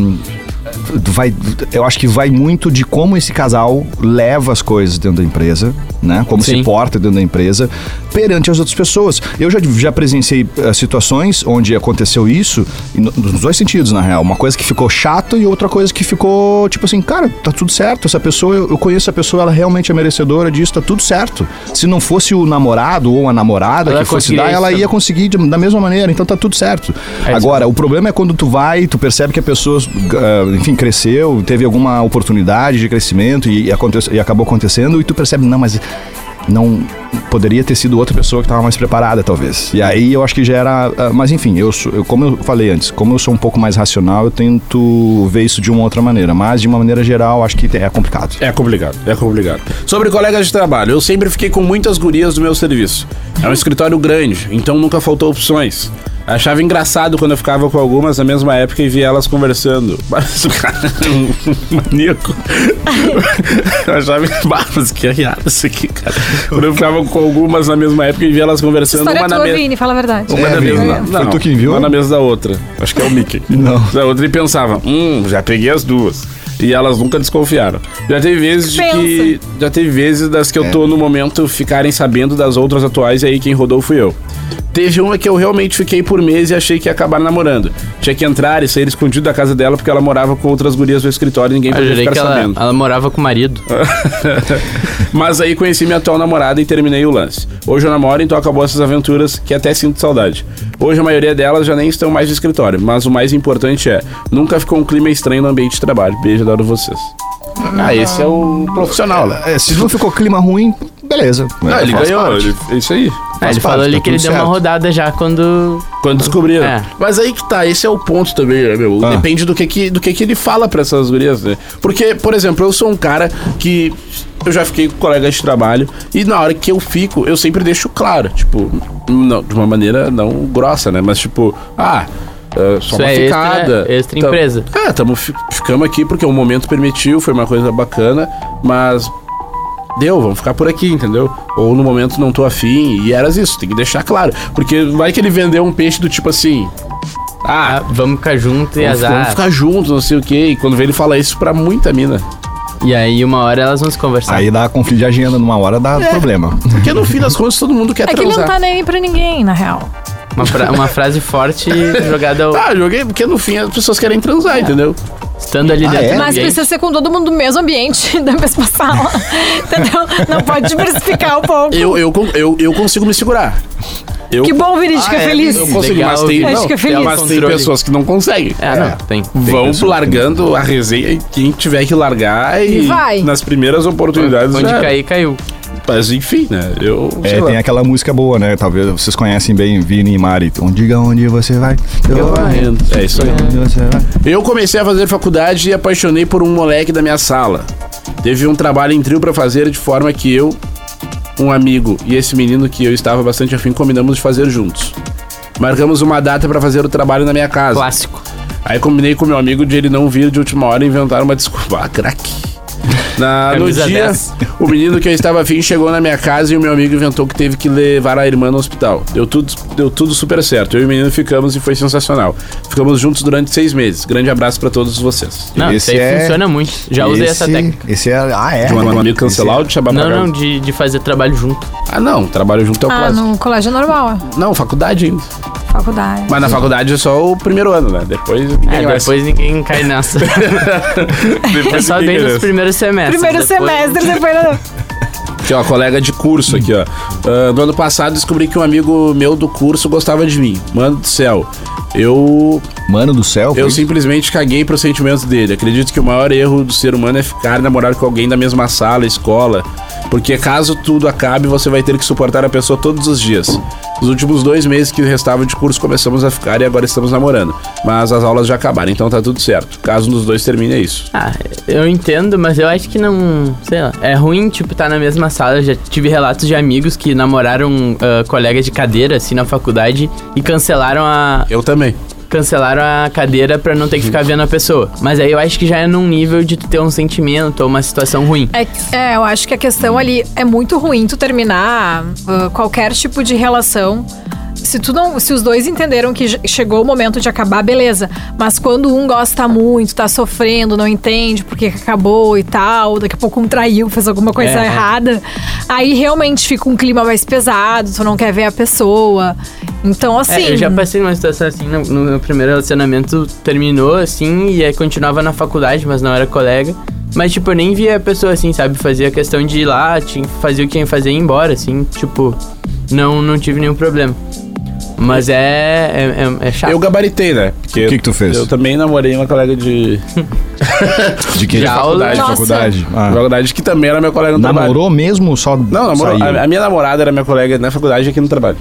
S5: vai, eu acho que vai muito de como esse casal leva as coisas dentro da empresa, né? Como se
S3: Sim.
S5: porta dentro da empresa perante as outras pessoas. Eu já, já presenciei eh, situações onde aconteceu isso, e no- nos dois sentidos, na real. Uma coisa que ficou chata e outra coisa que ficou, tipo assim, cara, tá tudo certo. Essa pessoa, eu, eu conheço a pessoa, ela realmente é merecedora disso, tá tudo certo. Se não fosse o namorado ou a namorada
S3: Ela
S5: que fosse
S3: conseguiria
S5: dar,
S3: isso
S5: ela
S3: também.
S5: ia conseguir de- da mesma maneira, então tá tudo certo.
S3: É,
S5: Agora, o problema é quando tu vai, tu percebe que a pessoa, ah, enfim, cresceu, teve alguma oportunidade de crescimento e, acontece- e acabou acontecendo, e tu percebe, não, mas não. poderia ter sido outra pessoa que estava mais preparada, talvez. E aí eu acho que já era. ah, Mas enfim, eu, sou- eu- como eu falei antes, como eu sou um pouco mais racional, eu tento ver isso de uma outra maneira. Mas de uma maneira geral, acho que é complicado.
S2: É complicado, é complicado. Sobre colegas de trabalho, eu sempre fiquei com muitas gurias do meu serviço. É um escritório grande, então nunca faltou opções. Achava engraçado quando eu ficava com algumas na mesma época e via elas conversando. Mas o cara é um maníaco. Eu achava bah, mas que arriado isso aqui, cara. Quando eu ficava com algumas na mesma época e via elas
S4: Essa
S2: conversando,
S4: história
S2: uma
S4: é
S2: na
S4: tua,
S2: mesa.
S4: Vini, fala a verdade.
S2: Uma
S5: É,
S2: na mesa.
S5: Vini,
S2: Não,
S5: foi
S2: não,
S5: tu que enviou?
S2: Uma na mesa da outra. Acho que é o Mickey.
S5: Não.
S2: Da outra e pensava, hum, já peguei as duas. E elas nunca desconfiaram. Já teve vezes de
S4: Pensa.
S2: que. Já teve vezes das
S5: É.
S2: que eu tô no momento ficarem sabendo das outras atuais e aí quem rodou fui eu. Teve uma que eu realmente fiquei por mês e achei que ia acabar namorando. Tinha que entrar e sair escondido da casa dela porque ela morava com outras gurias do escritório e ninguém
S3: Eu
S2: podia
S3: jurei
S2: ficar
S3: que ela,
S2: Então sabendo.
S3: ela morava com o marido.
S2: Mas aí conheci minha atual namorada e terminei o lance. Hoje eu namoro, então acabou essas aventuras que até sinto saudade. Hoje a maioria delas já nem estão mais no escritório, mas o mais importante é: nunca ficou um clima estranho no ambiente de trabalho. Beijo, adoro vocês. Ah, esse é o profissional, né?
S5: É, se não ficou clima ruim, beleza.
S2: Ah, ele
S5: Faz
S2: ganhou,
S5: parte.
S2: ele- é isso aí.
S3: Ah,
S5: Faz
S3: ele
S5: parte,
S3: falou ali
S5: tá
S3: que ele
S5: tudo
S3: deu uma
S5: certo.
S3: rodada já quando.
S2: Quando descobriram.
S3: É.
S2: Mas aí que tá, esse é o ponto também, né, meu?
S5: Ah.
S2: Depende do que, que, do que que ele fala pra essas gurias, né? Porque, por exemplo, eu sou um cara que eu já fiquei com colegas de trabalho e na hora que eu fico, eu sempre deixo claro, tipo, não, de uma maneira não grossa, né? Mas tipo, ah. é, só
S3: Isso
S2: uma
S3: é extra,
S2: ficada.
S3: né? Extra
S2: Tam-
S3: empresa.
S2: É, tamo, fi- ficamos aqui porque o momento permitiu, foi uma coisa bacana, mas deu, vamos ficar por aqui, entendeu? Ou no momento não tô afim, e eras isso, tem que deixar claro. Porque vai que ele vendeu um peixe do tipo assim.
S3: Ah,
S2: Ah,
S3: vamos ficar junto e
S2: vamos,
S3: azar.
S2: vamos ficar juntos, não sei o quê. E quando vê ele fala isso pra muita mina.
S3: E aí, uma hora elas vão se conversar.
S5: Aí dá conflito de agenda numa hora, dá
S2: É.
S5: problema.
S2: Porque no fim das contas todo mundo quer
S4: É que ele não
S2: transar.
S4: tá nem aí pra ninguém, na real.
S3: Uma, fra- uma frase forte jogada ao-
S2: Ah, joguei, porque no fim as pessoas querem
S3: É.
S2: transar, entendeu?
S3: estando ali dentro
S5: é?
S3: do
S4: Mas
S3: ambiente.
S4: precisa ser com todo mundo no mesmo ambiente da mesma sala. Entendeu? Não pode diversificar um pouco.
S2: Eu, eu, con- eu, eu consigo me segurar. Eu,
S4: Que bom, Vini,
S5: Ah,
S4: fica
S5: é,
S4: feliz.
S2: Eu consigo,
S3: Legal,
S2: mas tem,
S3: Vini.
S2: não,
S4: Acho que é feliz.
S2: mas tem
S3: Controle.
S2: pessoas que não conseguem.
S3: É, não, tem.
S2: Vão
S5: pessoas que
S2: largando a resenha e quem tiver que largar e,
S4: E vai.
S2: nas primeiras oportunidades.
S3: Onde
S2: já- é.
S3: cair, caiu.
S2: Mas enfim, né? Eu. sei
S5: É,
S2: lá.
S5: tem aquela música boa, né? Talvez vocês conhecem bem Vini e Mari. Então diga onde você vai. Eu, vou
S2: É isso aí.
S5: Onde você vai.
S2: Eu comecei a fazer faculdade e apaixonei por um moleque da minha sala. Teve um trabalho em trio pra fazer de forma que eu, um amigo e esse menino que eu estava bastante afim combinamos de fazer juntos. Marcamos uma data pra fazer o trabalho na minha casa.
S3: Clássico.
S2: Aí combinei com meu amigo de ele não vir de última hora e inventar uma desculpa. Ah, craque. Na, no
S3: Camisa
S2: dia,
S3: 10.
S2: o menino que eu estava afim chegou na minha casa e o meu amigo inventou que teve que levar a irmã no hospital. Deu tudo, deu tudo super certo. Eu e o menino ficamos e foi sensacional. Ficamos juntos durante seis meses. Grande abraço pra todos vocês.
S3: Não, isso
S5: Esse
S3: aí
S5: é-
S3: funciona muito. Já usei essa
S5: Esse-
S3: técnica.
S5: Esse é. Ah, é.
S2: De um amigo
S5: Esse é-
S2: cancelar o Tchabá
S3: Não, não, de, de fazer trabalho junto.
S2: Ah, não. Trabalho junto é o
S4: Ah,
S2: clássico.
S4: no colégio é normal, ó.
S2: Não. faculdade ainda.
S4: faculdade.
S2: Mas na faculdade é só o primeiro ano, né? Depois. ninguém
S3: É,
S2: vai-
S3: depois ninguém cai nessa.
S2: depois
S3: é só
S2: ninguém
S3: bem nos
S2: merece.
S3: primeiros semestres.
S4: Primeiro
S3: depois-
S4: semestre, depois... não.
S2: Aqui, ó, colega de curso aqui, ó. Ah, no ano passado descobri que um amigo meu do curso gostava de mim. Mano do céu. Eu.
S5: Mano do céu.
S2: Eu
S5: foi?
S2: simplesmente caguei pros sentimentos dele. Acredito que o maior erro do ser humano é ficar namorado com alguém da mesma sala, escola. Porque caso tudo acabe, você vai ter que suportar a pessoa todos os dias. Nos últimos dois meses que restavam de curso, começamos a ficar e agora estamos namorando. Mas as aulas já acabaram, então tá tudo certo. Caso um dos dois termine, é isso.
S3: Ah, eu entendo, mas eu acho que não. Sei lá. É ruim, tipo, tá na mesma sala. Eu já tive relatos de amigos que namoraram ah, colegas de cadeira, assim, na faculdade e cancelaram a,
S2: Eu também.
S3: cancelaram a cadeira pra não ter que ficar vendo a pessoa. Mas aí eu acho que já é num nível de tu ter um sentimento ou uma situação ruim.
S4: É, que- é, eu acho que a questão ali é muito ruim tu terminar ah, qualquer tipo de relação. Se, tu não, se os dois entenderam que j- chegou o momento de acabar, beleza. Mas quando um gosta muito, tá sofrendo, não entende porque acabou e tal, daqui a pouco um traiu, fez alguma coisa
S3: É.
S4: errada, aí realmente fica um clima mais pesado, tu não quer ver a pessoa. Então, assim.
S3: É, eu já passei numa situação assim, no, no meu primeiro relacionamento terminou assim, e aí continuava na faculdade, mas não era colega. Mas, tipo, eu nem via a pessoa assim, sabe? Fazia questão de ir lá, tinha, fazia o que tinha que fazer e ir embora, assim, tipo, não, não tive nenhum problema. Mas é. É, é- é chato.
S2: Eu gabaritei, né? Porque
S5: O que que tu fez?
S2: Eu também namorei uma colega de.
S5: De que?
S3: De aula.
S2: faculdade,
S4: Nossa.
S5: faculdade. Ah.
S2: Faculdade que também era minha colega no trabalho.
S5: Namorou mesmo só
S2: Não, namorou.
S5: saiu?
S2: A, a minha namorada era minha colega na faculdade e aqui no trabalho.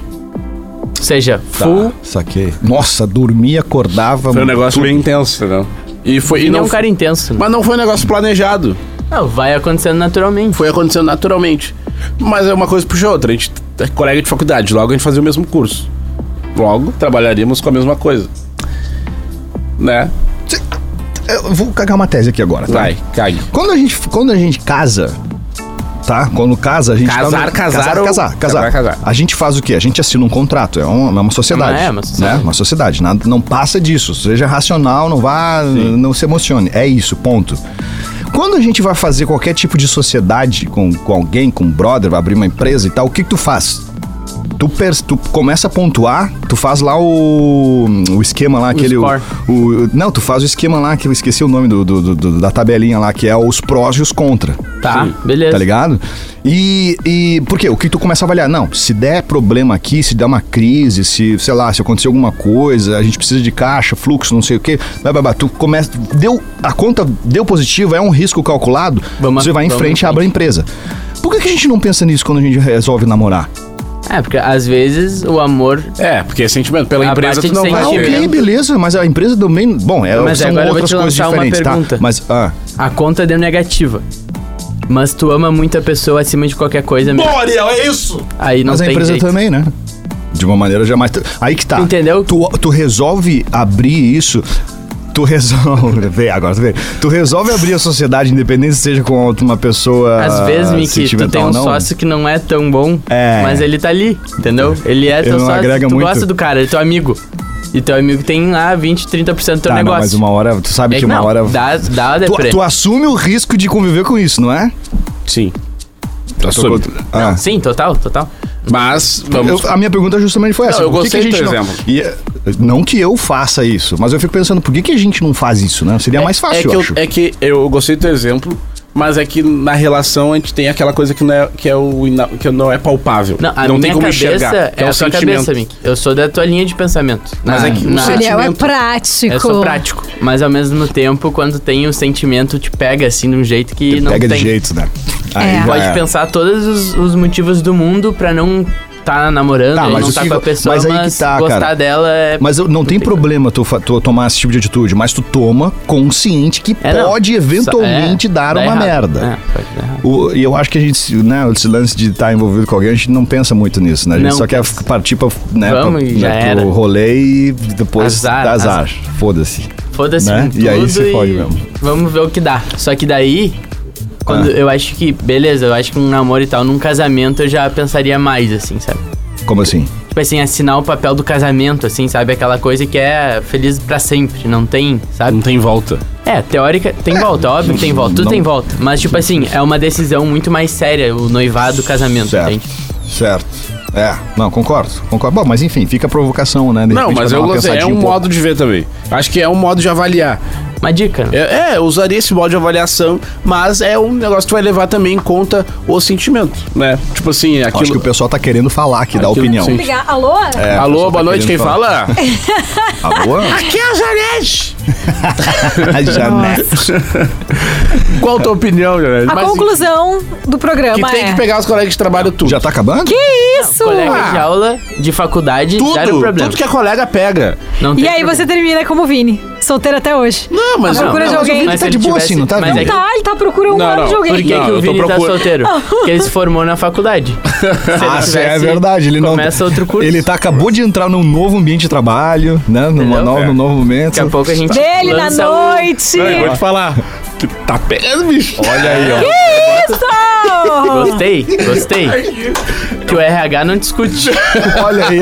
S3: Ou seja,
S5: Tá,
S3: full.
S5: saquei. Nossa, dormia, acordava.
S2: Foi um negócio
S5: tudo.
S2: bem intenso, entendeu? E foi. E
S3: E
S2: não,
S3: não é um cara intenso. né?
S2: Mas não foi um negócio planejado.
S3: Não, vai acontecendo naturalmente.
S2: Foi acontecendo naturalmente. Mas é uma coisa puxa outra. A gente é colega de faculdade, logo a gente fazia o mesmo curso. Logo, trabalharíamos com a mesma coisa. Né?
S5: Eu vou cagar uma tese aqui agora, tá?
S2: Vai, cague.
S5: Quando a gente, quando a gente casa, tá? Quando casa, a gente tá
S2: Casar, casar
S5: no- casar,
S2: ou-
S5: casar, casar,
S2: casar, casar.
S5: A gente faz o quê? A gente assina um contrato, é uma, é uma sociedade,
S3: É, é uma sociedade.
S5: né? Uma sociedade, nada, não passa disso. Seja racional, não vá, não se emocione. É isso, ponto. Quando a gente vai fazer qualquer tipo de sociedade com, com alguém, com um brother, vai abrir uma empresa e tal, o que, que tu faz? Tu, pers- tu começa a pontuar, tu faz lá o, o esquema lá, aquele.
S3: score.
S5: o- não, tu faz o esquema lá, que eu esqueci o nome do, do- do- do- da tabelinha lá, que é os prós e os contra.
S3: Tá, beleza.
S5: Tá ligado? E, e por quê? O que tu começa a avaliar? Não, se der problema aqui, se der uma crise, se, sei lá, se acontecer alguma coisa, a gente precisa de caixa, fluxo, não sei o quê. Blá, blá, blá. Tu começa. Deu, a conta deu positiva, é um risco calculado,
S3: Vamos-
S5: você vai em
S3: vamos
S5: frente e
S3: em
S5: abre a empresa. Por que, que a gente não pensa nisso quando a gente resolve namorar?
S3: É, porque às vezes o amor.
S2: É, porque é sentimento. Pela
S3: A
S2: empresa
S3: parte
S2: tu
S3: de
S2: não vai
S5: Ah,
S3: sentimento.
S2: ver.
S5: ok, beleza, mas a empresa também. Bom, é,
S3: Mas
S5: são
S3: agora eu vou
S5: outras
S3: te
S5: coisas
S3: lançar uma
S5: diferentes, tá?
S3: pergunta.
S5: Mas. Ah,
S3: A conta deu negativa. Mas tu ama muito a pessoa acima de qualquer coisa mesmo.
S2: Ariel, é isso!
S3: Aí não
S5: Mas a
S3: tem
S5: empresa
S3: jeito.
S5: também, né? De uma maneira jamais. Aí que tá.
S3: Tu entendeu?
S5: Tu, tu resolve abrir isso. Tu resolve. Vê, agora tu vê. Tu resolve abrir a sociedade, independente se seja com uma pessoa.
S3: Às vezes, Miki, tu tem
S5: sentimental
S3: um
S5: ou não.
S3: sócio que não é tão bom,
S5: É.
S3: mas ele tá ali, entendeu? Ele é teu
S5: não
S3: sócio,
S5: agrega
S3: tu
S5: muito.
S3: gosta do cara, ele é teu amigo. E teu amigo tem ah, lá 20, 30% do teu
S5: Tá, não,
S3: negócio.
S5: mas uma hora. Tu sabe
S3: É
S5: que uma
S3: não,
S5: hora.
S3: Dá, dá a
S5: tu,
S3: deprê.
S5: tu assume o risco de conviver com isso, não é?
S2: Sim. Tá
S5: Assume. Ah.
S3: Sim, total, total.
S2: Mas,
S5: Eu-
S2: vamos.
S5: a minha pergunta justamente foi essa.
S2: Não, eu
S5: por que que a
S2: gostei do
S5: gente
S2: teu
S5: não...
S2: exemplo.
S5: E, eh, não que eu faça isso, mas eu fico pensando, por que, que a gente não faz isso, né? Seria mais fácil,
S2: é que
S5: eu
S2: eu,
S5: acho.
S2: é que eu gostei do teu exemplo, mas é que na relação a gente tem aquela coisa que não é, que é, o, ina- que não é palpautável.
S3: Não, a
S2: não
S3: minha
S2: tem como
S3: cabeça
S2: enxergar. que
S3: é a
S2: um
S3: sua
S2: sentimento.
S3: cabeça, Miki. Eu sou da tua linha de pensamento. Ah,
S2: Mas
S3: Na-
S2: é que o
S3: na-
S2: sentimento-
S4: Ariel é
S3: Eu
S4: prático.
S3: sou prático. Mas ao mesmo tempo, quando tem o sentimento, te pega assim de um jeito que não
S5: Pega
S3: tem.
S5: de jeito, né?
S4: É.
S5: já
S3: Pode
S5: é.
S3: pensar todos os, os motivos do mundo pra não tá namorando,
S5: Tá,
S3: e
S5: mas
S3: não
S5: o
S3: tá
S5: que-
S3: com a pessoa,
S5: mas
S3: mas,
S5: aí que tá,
S3: gostar
S5: cara.
S3: dela é...
S5: Mas eu- não tem problema tu, fa- tu tomar esse tipo de atitude, mas tu toma consciente que
S3: É, não.
S5: pode eventualmente
S3: É,
S5: dar
S3: dá
S5: uma
S3: errado.
S5: merda.
S3: É, pode dar errado.
S5: O- E eu acho que a gente, se- né, esse lance de estar envolvido com alguém, a gente não pensa muito nisso, né? A gente
S3: Não
S5: só quer partir pra, né,
S3: Vamos
S5: pra-
S3: e já
S5: né, pro
S3: era.
S5: rolê e depois
S3: Azar,
S5: dá azar.
S3: azar.
S5: Foda-se.
S3: Foda-se
S5: Né?
S3: com tudo
S5: E aí se fode mesmo. É.
S3: Vamos ver o que dá. Só que daí, quando eu acho que... Beleza, eu acho que um namoro e tal, num casamento eu já pensaria mais, assim, sabe?
S5: Como assim?
S3: Tipo assim, assinar o papel do casamento, assim, sabe? Aquela coisa que é feliz pra sempre, não tem, sabe?
S2: Não tem volta.
S3: É, teórica tem volta, óbvio que tem volta, tudo
S5: não-
S3: tem volta. Mas, tipo assim, é uma decisão muito mais séria o noivado, o casamento,
S5: Certo.
S3: entende?
S5: Certo. É, não, concordo. Concordo. Bom, mas enfim, fica a provocação, né? De
S2: Não,
S5: repente
S2: mas
S5: vai dar
S2: eu
S5: uma
S2: gostei. É
S5: pensadinha
S2: um
S5: pouco.
S2: modo de ver também. Acho que é um modo de avaliar.
S3: Uma dica, né?
S2: É, é, eu usaria esse modo de avaliação, mas é um negócio que tu vai levar também em conta o sentimento, né? Tipo assim, aquilo.
S5: Acho que o pessoal tá querendo falar aqui, dar
S2: Aquilo-
S5: opinião.
S2: sim.
S4: Ligar. Alô?
S5: É, o
S2: Alô,
S5: pessoal
S2: boa
S5: tá
S2: noite, quem
S5: querendo falar. Ah,
S2: fala?
S5: Alô?
S2: Aqui é o Janete!
S5: A Janete.
S2: Qual a tua opinião, Janete?
S4: A
S2: Mas,
S4: conclusão do programa
S2: Que tem
S4: é...
S2: que pegar os colegas de trabalho tudo.
S5: Já tá acabando?
S4: Que isso?
S3: Colega de aula, de faculdade, já era o
S2: Tudo,
S3: problema.
S2: tudo que a colega pega.
S5: é-
S3: Não
S4: E
S3: tem
S4: aí
S3: problema.
S4: você termina como o Vini, solteiro até hoje.
S2: Não, mas
S4: A procura de alguém.
S5: Ele
S3: Mas
S5: tá
S3: se
S5: de
S3: ele
S5: boa
S3: tivesse-
S5: assim, não tá,
S3: mas
S5: Vini?
S3: é que-
S4: Tá, ele tá procurando um
S2: Não,
S4: ano
S2: não,
S4: de alguém.
S3: Por que,
S2: Não,
S3: que
S2: eu tô
S3: o Vini
S2: procur-
S3: tá solteiro? Porque ele se formou na faculdade. Se ele
S5: Ah, isso é
S3: tivesse-
S5: verdade. Ele não.
S3: começa outro curso.
S5: Ele tá, acabou de entrar num novo ambiente de trabalho, né? Numa
S3: Entendeu?
S5: nova,
S2: É.
S5: Num novo momento.
S3: Daqui a pouco a gente
S4: Dele na
S3: lança um-
S4: noite.
S2: eu vou te falar. Tu Tá pegando, bicho. Olha aí, ó.
S4: Isso!
S3: Gostei, gostei. que o RH não discute.
S5: Olha aí.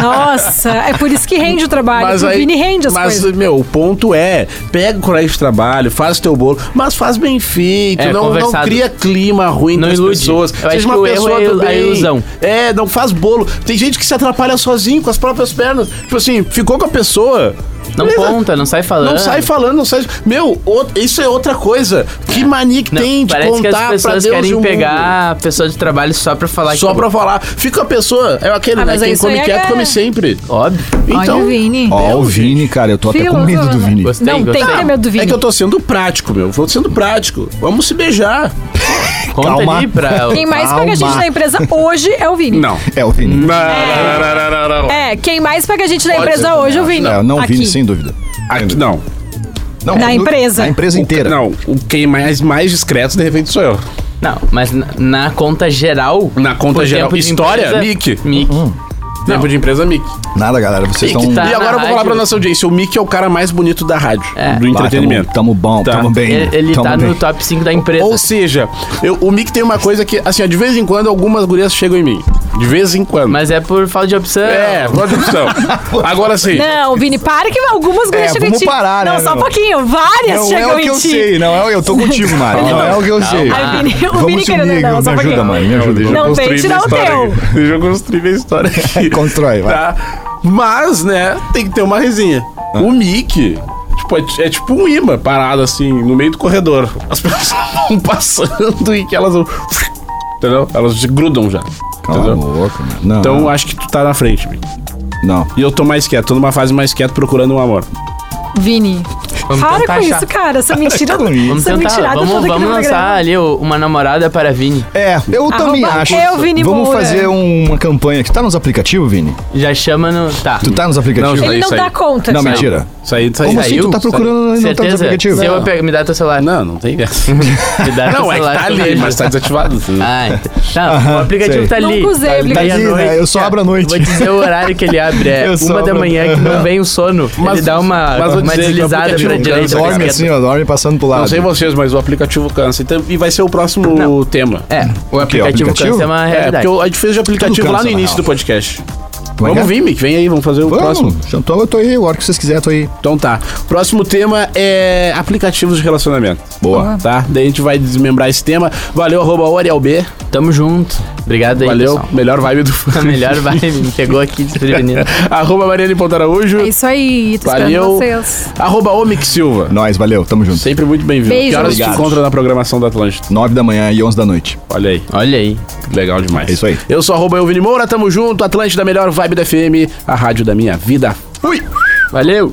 S4: Nossa, é por isso que rende o trabalho.
S2: Mas
S4: o
S2: aí,
S4: Vini rende as
S2: mas, então-
S4: coisas.
S2: meu, o ponto é, pega o colégio de trabalho, faz o teu bolo, mas faz bem feito,
S3: É,
S2: não, não
S3: conversado.
S2: cria clima ruim
S3: Não
S2: nas
S3: ilude.
S2: pessoas.
S3: Eu acho que o erro é
S2: do
S3: a
S2: bem.
S3: ilusão.
S2: É, não faz bolo. Tem gente que se atrapalha sozinho com as próprias pernas. Tipo assim, ficou com a pessoa,
S3: Não
S2: Beleza.
S3: conta, não sai falando.
S2: Não sai falando, não sai. Meu, o- isso é outra coisa. Que mania que
S3: Não,
S2: tem de
S3: Parece
S2: contar
S3: que as
S2: pra
S3: pessoas
S2: Deus e o
S3: querem
S2: mundo.
S3: pegar a pessoa de trabalho só pra falar
S2: Só
S3: que... é
S2: pra falar. Fica a pessoa, é aquele,
S4: Ah,
S2: né?
S4: mas é
S2: Quem
S4: isso
S2: come
S4: aí,
S2: quieto,
S4: é-
S2: come sempre.
S3: Óbvio.
S4: Olha o
S2: Então,
S4: Vini.
S5: Ó, o
S2: Deus,
S5: Vini, cara, eu tô até com medo do Vini.
S3: Gostei,
S4: não,
S3: gostei.
S4: tem que ter medo do Vini.
S2: é que eu tô sendo prático, meu. Vou sendo prático. Vamos se beijar.
S3: Conta
S5: Calma.
S3: ali pra...
S4: Quem mais paga a gente
S5: Calma.
S4: na empresa hoje é o Vini.
S5: É, o Vini.
S4: É, quem mais paga a gente na
S2: Pode
S4: empresa
S2: ser,
S4: hoje é o Vini.
S5: Não, não,
S4: Aqui.
S5: Vini, sem dúvida.
S2: Aqui, Ah, não.
S5: Não,
S4: Na
S5: sem dúvida.
S4: empresa.
S5: Na empresa inteira.
S2: Não, o quem mais, mais discreto, de repente, sou eu.
S3: Não, mas na, na conta geral...
S2: Na conta
S3: por
S2: geral.
S3: tempo de
S2: História, Hum,
S3: empresa-
S2: Mickey.
S3: Mickey.
S2: Tempo de empresa, Mickey.
S5: Nada, galera, vocês
S2: Mickey,
S5: estão...
S2: e
S3: tá na
S2: agora eu vou falar
S3: rádio.
S2: pra nossa audiência. O Mickey é o cara mais bonito da rádio,
S3: É.
S2: do entretenimento.
S5: Tamo, tamo bom,
S2: Tá.
S5: tamo bem.
S3: Ele, ele
S5: tamo
S3: tá
S5: bem.
S3: no top 5 da empresa.
S2: Ou seja, eu- o Mick tem uma coisa que, assim, ó, de vez em quando algumas gurias chegam em mim. De vez em quando.
S3: Mas é por falta de opção.
S2: É, pode opção. Agora sim.
S4: Não, Vini, para que algumas gurias
S5: É,
S4: chegam em
S5: vamos
S4: ti.
S5: parar, né,
S4: Não, só um
S5: meu?
S4: pouquinho. Várias
S5: Não é
S4: chegam
S5: o que
S4: em
S5: eu
S4: ti.
S5: sei, não é o eu tô contigo, Mari. Não é o que eu sei.
S4: Ai, Vini, o Vini
S5: Vamos se
S4: querendo
S5: unir,
S4: não,
S5: me
S4: só um
S5: ajuda,
S4: pouquinho.
S5: Mari, me ajuda.
S4: Não,
S2: eu construir
S4: tente,
S2: minha
S4: não,
S2: história
S4: teu.
S2: aqui. Deixa eu construir minha história aqui.
S5: Constrói, vai.
S2: Tá? Mas, né, tem que ter uma resenha.
S5: Ah.
S2: O Mickey... Tipo, é, ti- é tipo um imã parado assim, no meio do corredor. As pessoas vão passando e que elas vão. Entendeu? Elas se grudam já.
S5: Cala a
S2: entendeu?
S5: boca, mano. Não,
S2: Então acho que tu tá na frente, Mickey.
S5: não.
S2: E eu tô mais quieto, tô numa fase mais quieto procurando um amor.
S4: Vini,
S3: Vamos
S4: para
S3: tentar
S4: com
S3: achar.
S4: isso, é cara. Essa mentira,
S3: Vamos tentar.
S4: essa mentirada toda
S3: Vamos,
S4: aqui
S3: vamos
S4: no
S3: lançar
S4: programa.
S3: ali o- uma namorada para Vini.
S5: É, eu também acho.
S4: eu, Vini
S5: Vamos
S4: Moura.
S5: fazer uma campanha. Tu tá nos aplicativos, Vini?
S3: Já chama no. Tá.
S5: Tu tá nos aplicativos?
S2: Não,
S4: Ele não
S2: É Isso aí.
S4: dá conta.
S5: Não,
S4: gente.
S5: mentira.
S2: Isso aí, isso aí.
S5: Como
S2: Isso aí.
S5: assim tu tá procurando e não tá nos
S3: Certeza?
S5: aplicativos?
S3: Se eu pe- me dá teu celular.
S2: Não, não tem dessa.
S3: Me dá teu
S2: não, é que
S3: celular.
S2: tá
S3: que eu
S2: ali,
S3: vejo.
S2: mas tá desativado. assim.
S3: Ah, então. Não,
S5: Aham,
S3: o aplicativo
S5: sei.
S3: tá ali.
S4: Nunca usei
S3: Tá
S4: aplicativo.
S5: Tá ali, né?
S3: meia-noite.
S5: Eu só abro à noite.
S3: Vou dizer o horário que ele abre. É
S5: Eu só
S3: uma da
S5: abro-
S3: manhã que não vem o sono.
S2: Mas-
S3: ele dá uma,
S2: mas vou dizer
S3: uma
S2: que o
S3: deslizada
S2: aplicativo
S3: pra direita.
S2: cansa.
S3: pra
S5: Dorme
S3: esquerda.
S5: assim, ó, dorme passando pro lado.
S2: Não sei vocês, mas o aplicativo cansa. Então, e vai ser o próximo tema.
S3: É,
S5: assim,
S3: o aplicativo,
S5: aplicativo?
S3: cansa é uma
S2: É,
S3: realidade.
S2: porque eu- a gente fez de aplicativo
S5: Tudo
S2: lá
S5: cansa,
S2: no
S5: na
S2: início do
S5: real.
S2: podcast.
S5: Como é que
S2: vamos
S5: é?
S2: vir, Mick, vem aí, vamos fazer o próximo.
S5: Vamos, Então eu tô aí, a hora que vocês quiserem, eu tô aí.
S2: Então tá. Próximo tema é aplicativos de relacionamento.
S5: Boa.
S2: Tá? Daí a gente vai desmembrar esse tema. Valeu, arroba Oriel B.
S3: Tamo junto. Obrigado aí,
S2: Valeu,
S3: pessoal.
S2: melhor vibe do
S3: A melhor vibe me pegou aqui desprevenido.
S2: arroba Mariane Pontaraújo.
S4: É isso aí, tô
S2: Valeu.
S4: esperando vocês.
S2: Arroba Omic Silva.
S5: Nós, valeu, tamo junto.
S2: Sempre muito bem-vindo.
S4: Beijo.
S2: Que horas se
S5: Obrigado.
S2: encontra na programação da Atlântida?
S5: 9 da manhã e 11 da noite.
S2: Olha aí.
S3: Olha aí.
S2: Legal demais.
S5: É isso aí.
S2: Eu sou arroba Elvini Moura, tamo junto. Atlântida, melhor vibe da FM, a rádio da minha vida. Fui!
S3: Valeu.